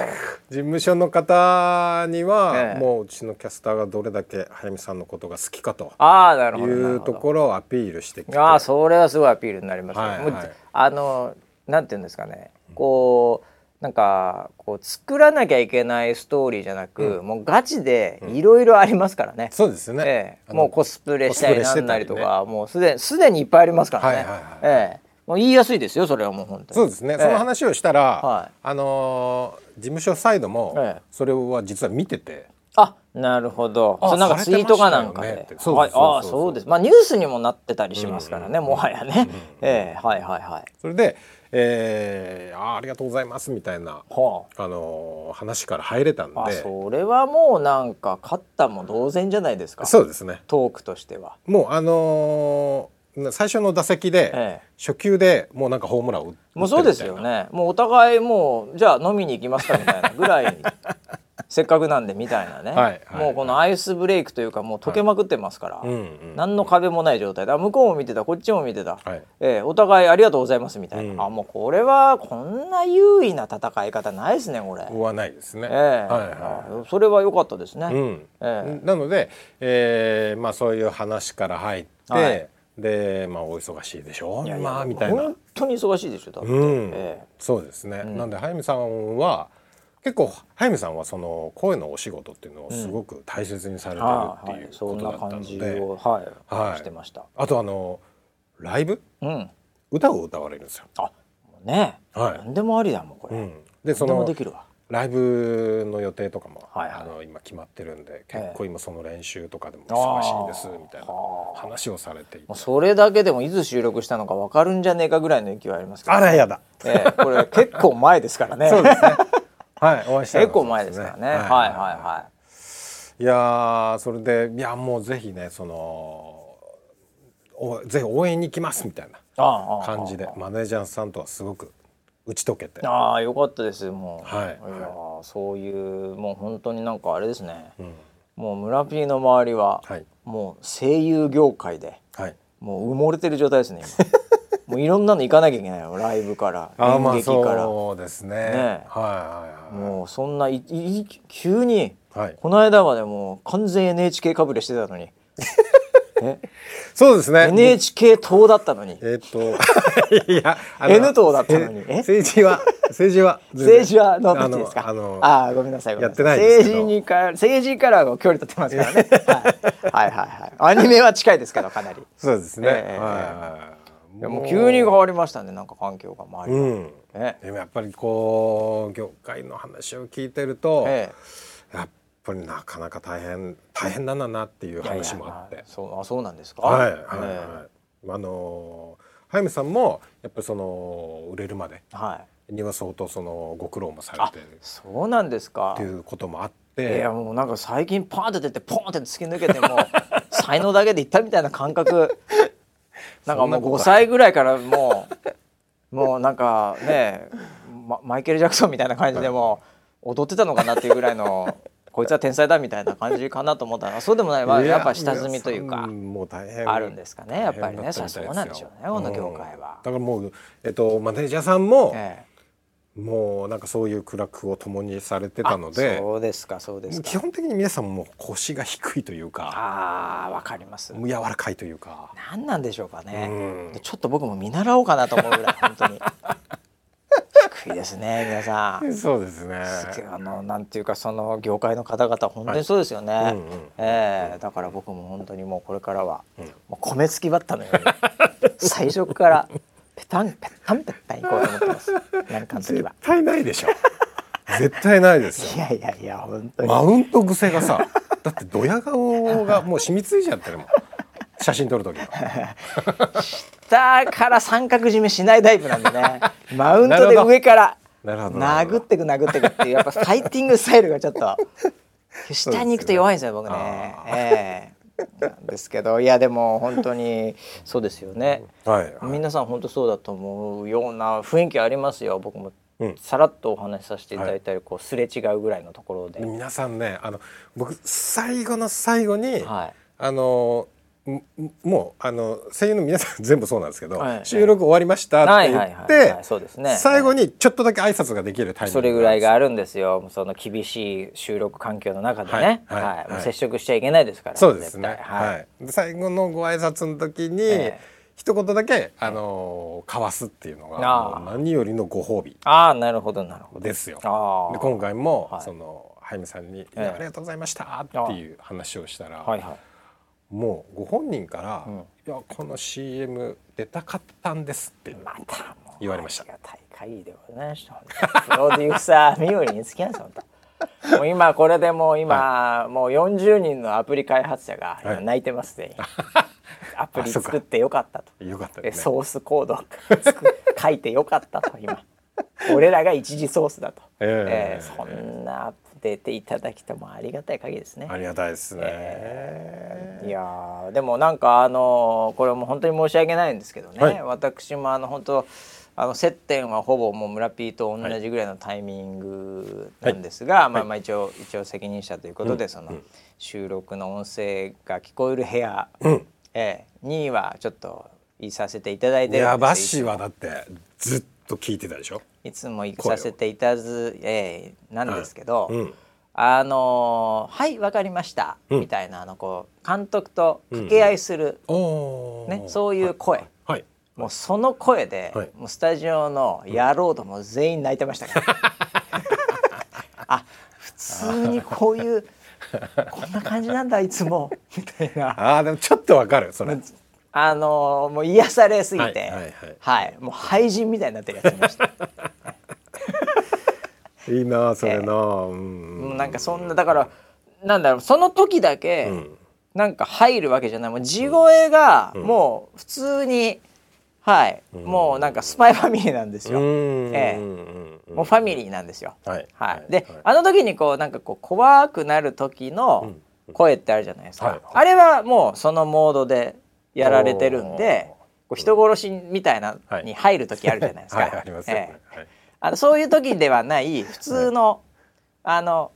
事務所の方には、ええもううちのキャスターがどれだけ早見さんのことが好きかとうああなるいほどなるうほとど。ころをアピールしてきてああそれはすごいアピールになりますね。はいはいもうあのなんていうんですかね。こうなんかこう作らなきゃいけないストーリーじゃなく、もうガチでいろいろありますからね。そうですね、えあえ、のもうコスプレしたりなんなりとコスプレしてたか、もうすでにすでにいっぱいありますからね、はいはいはいええ、もう言いやすいですよそれはもう本当にそうですね、ええその話をしたら、はいあのー事務所サイドも、ええそれは実は見ててあなるほどあそうなんかさツれイてートかましたなよねんかでってそうはいそうああそうそうですまあニュースにもなってたりしますからね、もはやね、ええ、はいはいはいそれで、えーあー「ありがとうございます」みたいな、はあのー話から入れたんでああそれはもうなんか勝ったも同然じゃないですかそうですねトークとしてはもうあのー最初の打席で、ええ初球でもうなんかホームランを打ってるもうそうですよみたいねもうお互いもうじゃあ飲みに行きますかみたいなぐらいせっかくなんでみたいなね、はいはいもうこのアイスブレイクというかもう溶けまくってますから、な。うんうん何の壁もない状態だ向こうも見てたこっちも見てた、はいええお互いありがとうございますみたいな、うんあもうこれはこんな優位な戦い方ないですねこれ、僕はないですね。ええはいはあそれは良かったですね、い。うん。えなので、えーまあそういう話から入って、はいでまあお忙しいでしょ。いやいやまあみたいな。本当に忙しいでしょだって、うん、ええそうですね。なんで早見さんは結構早見さんはその声のお仕事っていうのをすごく大切にされてるああってはいいうそこんとだなった感のじで、を、はいはいしてました、あとあのライブうん、歌を歌われるんですよ。あもうね、はい何でもありだもんこれ、うん。でそ何でものできるわライブの予定とかも、はいはいあの今決まってるんでええ結構今その練習とかでも忙しいですみたいな話をされていてもうそれだけでもいつ収録したのか分かるんじゃねえかぐらいの勢いありますけどあらやだええこれ結構前ですからね そうですねはいお会いしたの 結が構前ですからね、はい、はいはいいいやーそれでいやもうぜひねそのおぜひ応援に来ますみたいなああああ感じでマネージャーさんとはすごく打ち解けてああよかったですもう、はいやあそういうもう本当になんかあれですね、もう村ピーの周りは、はいもう声優業界ではいもう埋もれてる状態ですね今も ういろんなの行かなきゃいけないよライブからあーま演あ劇から、そうですねはいねはいはもうそんないいい急に、はいこの間までもう完全 NHK かぶれしてたのにえいそうですね NHK 党だったのにえーっと、 いや、あ N 党だったのにええ政治は、政治は、政治はどんな時ですかあの、あのああごめんなさいごめんさやってないですけど政治にか政治からは距離取ってますからね、はい、はいはいはいアニメは近いですけどか なりそうですね。えはえいはいはい。でもう急に変わりましたねなんか環境が周りが、うん。えでもやっぱりこう業界の話を聞いてると、えやっぱりなかなか大変大変なんだなっていうえ話もあっていやいやそうあそうなんですかはいえはいはい、あのー早見さんもやっぱりその売れるまでえはいには相当そのご苦労もさあれてるそうなんですかっていうこともあっいてやもうなんか最近パーンって出てポンって突き抜けて もう才能だけでいったみたいな感 覚なんかそんなもことう5歳ぐらいからもうもうなんかねママイケル・ジャクソンみたいな感じでもう踊ってたのかなっていうぐらいのこいつは天才だみたいな感じかなと思ったらそうでもないまあいやっぱ下積みという皆かさんもう大変あるんですかねやっぱりね大変だたみたいそうなんでしょうねこの業界うはんだからもうえっとマネージャーさんも、ええもうなんかそういう苦楽を共にされてたのでそうですかそうです基か本的に皆さんもう腰が低いというかあーわかりますもう柔らかいというか何なんでしょうかね、うんちょっと僕も見習おうかなと思うぐらい 本当に低いですね皆さんそうですねすげえあのなんていうかその業界の方々本当にそうですよね、いうんうんええだから僕も本当にもうこれからは、もう米付きバッタのように最初からペタンペッタンペッタンいこうと思ってますなんかの時絶は対ないでしょ 絶対ないですいよやいやいや 本当にマウント癖がさだってドヤ顔がもう染みついちゃってるもん写真撮る時は下から三角締めしないタイプなんでねマウントで上からなるほどなるほ殴どってく殴ってくっていうやっぱファイティングスタイルがちょっ と下に行くと弱いんですよ僕ねあ。ええなんですけどいやでも本当にそうですよね。はい、はい、皆さん本当そうだと思うような雰囲気ありますよ僕もうんさらっとお話しさせていただいたり、こうすれ違うぐらいのところで、皆さんねあの僕最後の最後に、はいあのんもうあの声優の皆さん全部そうなんですけど、はい収録終わりましたって言って、はいはいはいはいそうですね最後にちょっとだけ挨拶ができるタイミングそれぐらいがああるんですよその厳しい収録環境の中でね、ははいいはいもうはい接触しちゃいけないですからそうですね絶対ははいい、で最後のご挨拶の時に、ええ一言だけあの交わすっていうのああがもう何よりのご褒美ああなるほどなるほどですよあであ今回も、はいそのハイムさんに、いえやありがとうございました」っていう話をしたら、はいはいもうご本人から「うんいやこの CM 出たかったんです」ってまたもう言われましたありがたい限りでございました本当にプロデューサーみよりにつき合います本当もう今これでもう今、もう40人のアプリ開発者が今はい泣いてます全員、アプリあそうか作ってよかったとよかったでですね。ソースコードを作る書いてよかったと今俺らが一次ソースだと、ええそんなアップデートいただきともありがたい限りですねあ。りがたいですね。いやーでもなんかあのーこれも本当に申し訳ないんですけどね、はい私もあの本当あの接点はほぼもう村 P と同じぐらいのタイミングなんですが、まあまあ一応一応責任者ということで、その収録の音声が聞こえる部屋、ええにはちょっといさせていただいいてるんですよやバッシーはだってずっと聞いてたでしょ。いつも行かせていただず、ええなんですけど、はいうんあのーはいわかりました、うんみたいなあのこう監督と掛け合いする、おねそういう声、はい。もうその声で、はいもうスタジオの野郎ども全員泣いてました から、あ普通にこういうこんな感じなんだいつもみたいな。ああでもちょっとわかるそれ。あのーもう癒されすぎて、はいはいはいもう廃人みたいになってるやついました。いいなそれな。うんもうなんかそんなだからなんだろうその時だけんなんか入るわけじゃないもう地声がもう普通に、はい、もうなんかスパイファミリーなんですうよ、んええうんうんもうファミリーなんですよ。はいはい、で、あの時にこうなんかこう怖くなる時の声ってあるじゃないですか、はいはいあれはもうそのモードでやられてるんでこう人殺しみたいなのに入る時あるじゃないですか。はいありますよええね。はいあのそういう時ではない普通の、あの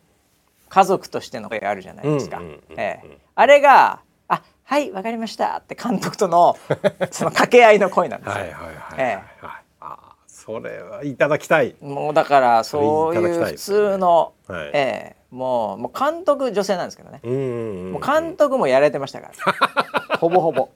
家族としての声があるじゃないですかうんうんうんう。んええあれが「あはいわかりました」って監督と のその掛け合いの声なんですよ。はいはいはいはいえはい。ああそれはいただきたい。もうだからそういそれいたうだきた普いですね通の、はいええもうもう監督女性なんですけどね、うんうんうもんう。監督もやられてました から、ほぼほぼ、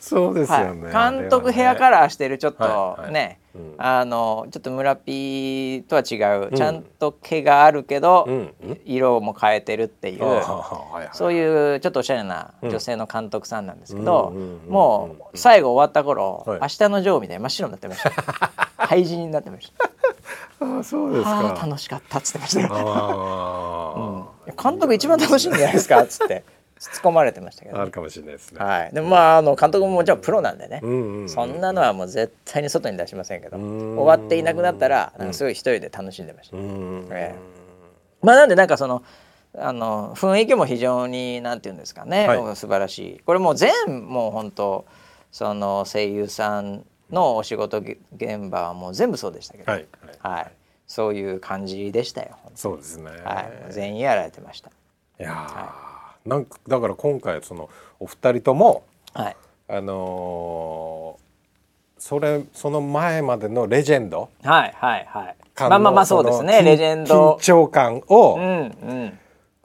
そうですはよいね。監督ヘアカら。ラーしてるちょっとね、はいはいうんあのちょっと村ピーとは違う、ちゃんと毛があるけど、うん色も変えてるっていう、ああはいはい。そういうちょっとおしゃれな女性の監督さんなんですけど、うんうんうんうんもう最後終わった頃、はい明日のジョーみたいに真っ白になってま した廃人になってましたああそうですああか。楽しかったっつってましたよああ。監督一番楽しいんじゃないです かっつって突っ込まれてましたけど、あるかもしれないですね。はい、でもまああの監督もじゃあプロなんでね、うんうんうんそんなのはもう絶対に外に出しませんけどん終わっていなくなったらなんかすごい一人で楽しんでました、うんええまあなんでなんかそのあの雰囲気も非常になんていうんですかね、はい素晴らしいこれもう全もう本当その声優さんのお仕事げ現場はもう全部そうでしたけど、はいはいそういう感じでしたよ、そうですね。はい、全員やられてました、いやー、なんかだから今回そのお二人ともはい、あのーそれその前までのレジェンドはいはいはいま感のあまあまあそうですそねのレジェンド緊張感うをんうん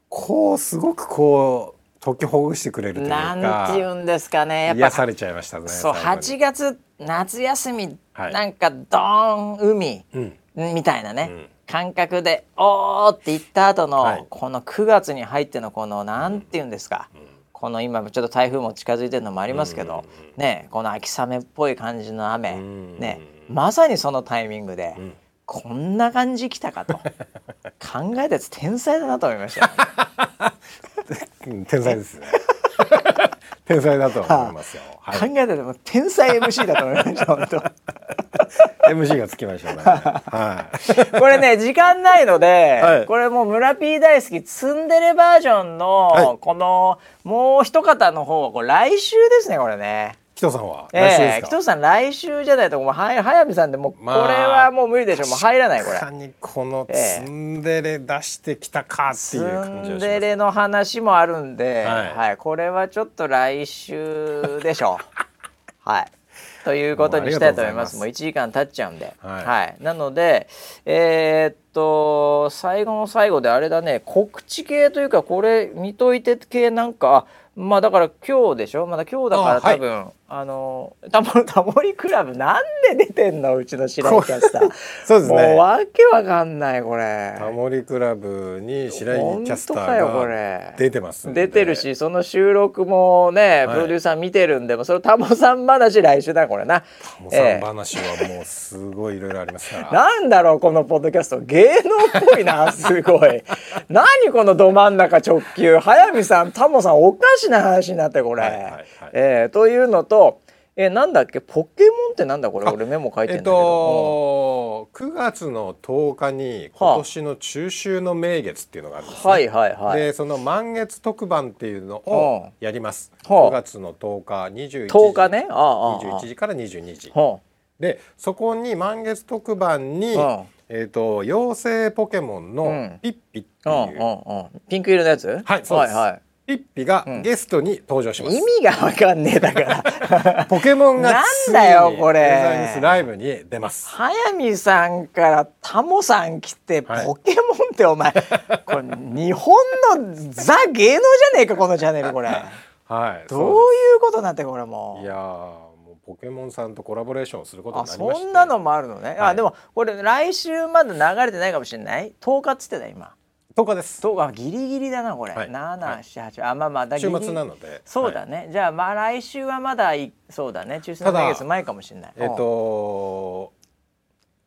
こうすごくこう解きほぐしてくれるというかなんていうんですかねやっぱ癒されちゃいましたね。そう最後8に月夏休み、はいなんかドーン海、みたいなね、感覚で「おー」って言った後の、はいこの9月に入ってのこのなんて言うんですか、この今ちょっと台風も近づいてるのもありますけど、ねこの秋雨っぽい感じの雨、んねまさにそのタイミングで、こんな感じきた かと考えたやつ天才だなと思いましたよ、うん天才ですね。 天才だと思いますよ。は考い、えたらもう天才 MC だと思いました本 当 MC がつきましたね。はい。これね時間ないので、はいこれもう村 P 大好きツンデレバージョンの、はいこのもう一方の方はこれ来週ですねこれね。キトさんは来週ええです紀か。藤さん来週じゃないともうはい早見さんでもうこれまあはもう無理でしょ、もう入らないこれ確かにこのええツンデレ出してきたかってツいう感じンがしデます。レの話もあるんで、ははいいこれはちょっと来週でしょ う。はいということにしたいと思います。ももううあ1時間経っちゃうんで、ははいいなのでえーっと最後の最後であれだね告知系というかこれ見といて系なんかあまあだから今日でしょまだ今日だからあは多い分あ,、のタモタモリクラブなんで出てんのうちの白井キャスター。そうですもうね。わけわかんないこれ。タモリクラブに白井キャスタ本当かよこーがれ出てますんで。出てるしその収録もねはいプロデューサー見てるんで、もうそれタモさん話来週だこれなもうええ三話はもうすごいいろいろありますから。なんだろうこのポッドキャスト芸能っぽいなすご い何このど真ん中直球早見さんタモさんおかしな話になってこれ、はいはいはいえーというのとえーなんだっけポケモンってなんだこれ俺メモ書いてえんだけっど、と9月の10日に今年の中秋の名月っていうのがあるんです、ねはいはいはいでその満月特番っていうのをやります、はあ9月の10日21時10日ねああああ21時から22時はでそこに満月特番に、うんえっと妖精ポケモンうのんピッピってあうんいうう、んうんピンク色のやつはいそうです、はいピッピがうんゲストに登場しはまい、す、意味がわかんねえだからポケモンがついになんだよこれデザインニュースライブに出ます早見さんからタモさん来てはいポケモンってお前、これ日本のザ芸能じゃねえかこのチャンネルこれはいどういうそうことになってんこれもいうやーもうポケモンさんとコラボレーションをすることあになりましたそんなのもあるのね、はあいでもこれ来週まだ流れてないかもしれない10日っつってた今10日です10日ギリギリだなこれ、はい778、あまあまあだギ週リ末なのでそうだはいね、じゃあまあ来週はまだいそうだね中秋の名月前かもしれないえっ、と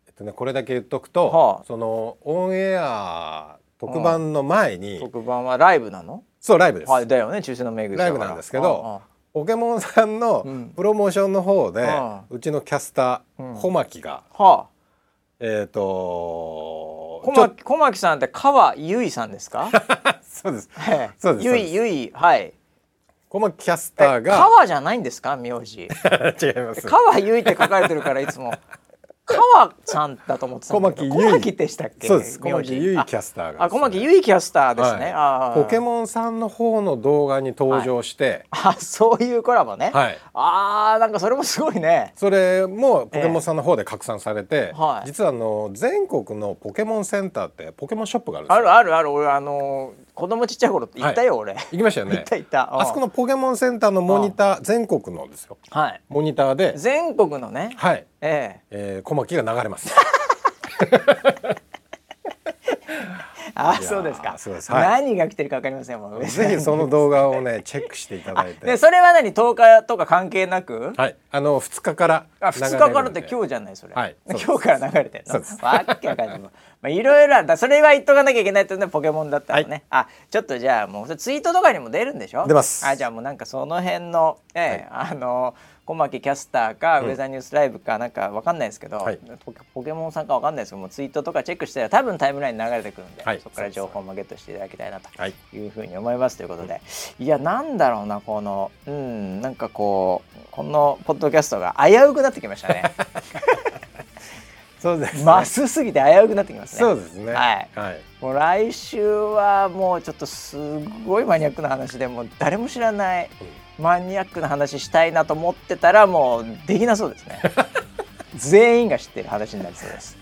えっとねこれだけ言っとくと、はあそのオンエア特番の前に、うん特番はライブなのそうライブです、はいだよね中秋の名月だからライブなんですけどポケモンさんうんのプロモーションの方で、ううちのキャスタうんー小牧が、はあえっ、と小ちょっと牧小牧さんって川由衣さんですか？ そうですええそうです由そう衣です由衣はい。小牧キャスターが川じゃないんですか名字？ 違います川由衣って書かれてるからいつ も川さんだと思ってたんだけど。小牧由衣小牧でしたっけ？そうです小名牧字ゆいキャスターがですね、あ小牧由衣キャスターですね。あはあい、ポケモンさんの方の動画に登場して、 あそういうコラボね。はいああなんかそれもすごいね。それもポケモンさんの方で拡散されて、はい実はあの全国のポケモンセンターってポケモンショップがあるんですあよるあるある俺あの子供ちっちゃい頃って行ったよ、俺。行きましたよ行っねた行った。うんあそこのポケモンセンターのモニター全国のですよはいモニターで全国のね。はい、ええ。えー、小牧が流れますあ、いやーそうですか。そうですはい何が来てるかわかりません。もう ぜひその動画をねチェックしていただいて、で、それは何、10日とか関係なく。はいあの2日からあ、二日からって日今日じゃない、それ。はいそうで す今日から流れてるそのうで。わっけわかんない。 まあ、いろいろある、だ、それは言っとかなきゃいけないとね、ポケモンだったらね。はあ、ちょっとじゃあ、もう、それツイートとかにも出るんでしょ出ますあ、じゃあ、もう、なんか、その辺の、ええあの。小牧キャスターか、ウェザーニュースライブか、なんか、わかんないですけど。はいポケポケモンさんか、わかんないですけども、ツイートとかチェックしたら、多分タイムラインに流れてくるんで。はいそこから情報もゲットしていただきたいなと。はいいうふうに思いますということで、いやなんだろうなこのうんなんかこうこのポッドキャストが危うくなってきま したねそうですね、マスすぎて危うくなってきますねそうですねはいはい、もう来週はもうちょっとすごいマニアックな話でもう誰も知らないマニアックな話したいなと思ってたらもうできなそう ですね全員が知ってる話になりそうです。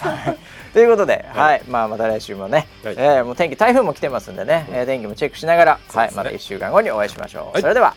はいということで、はいまあ、また来週もね、はいえーもう天気台風も来てますんでね、えー天気もチェックしながら、そうはでい、すねまた1週間後にお会いしましょう。はいそれでは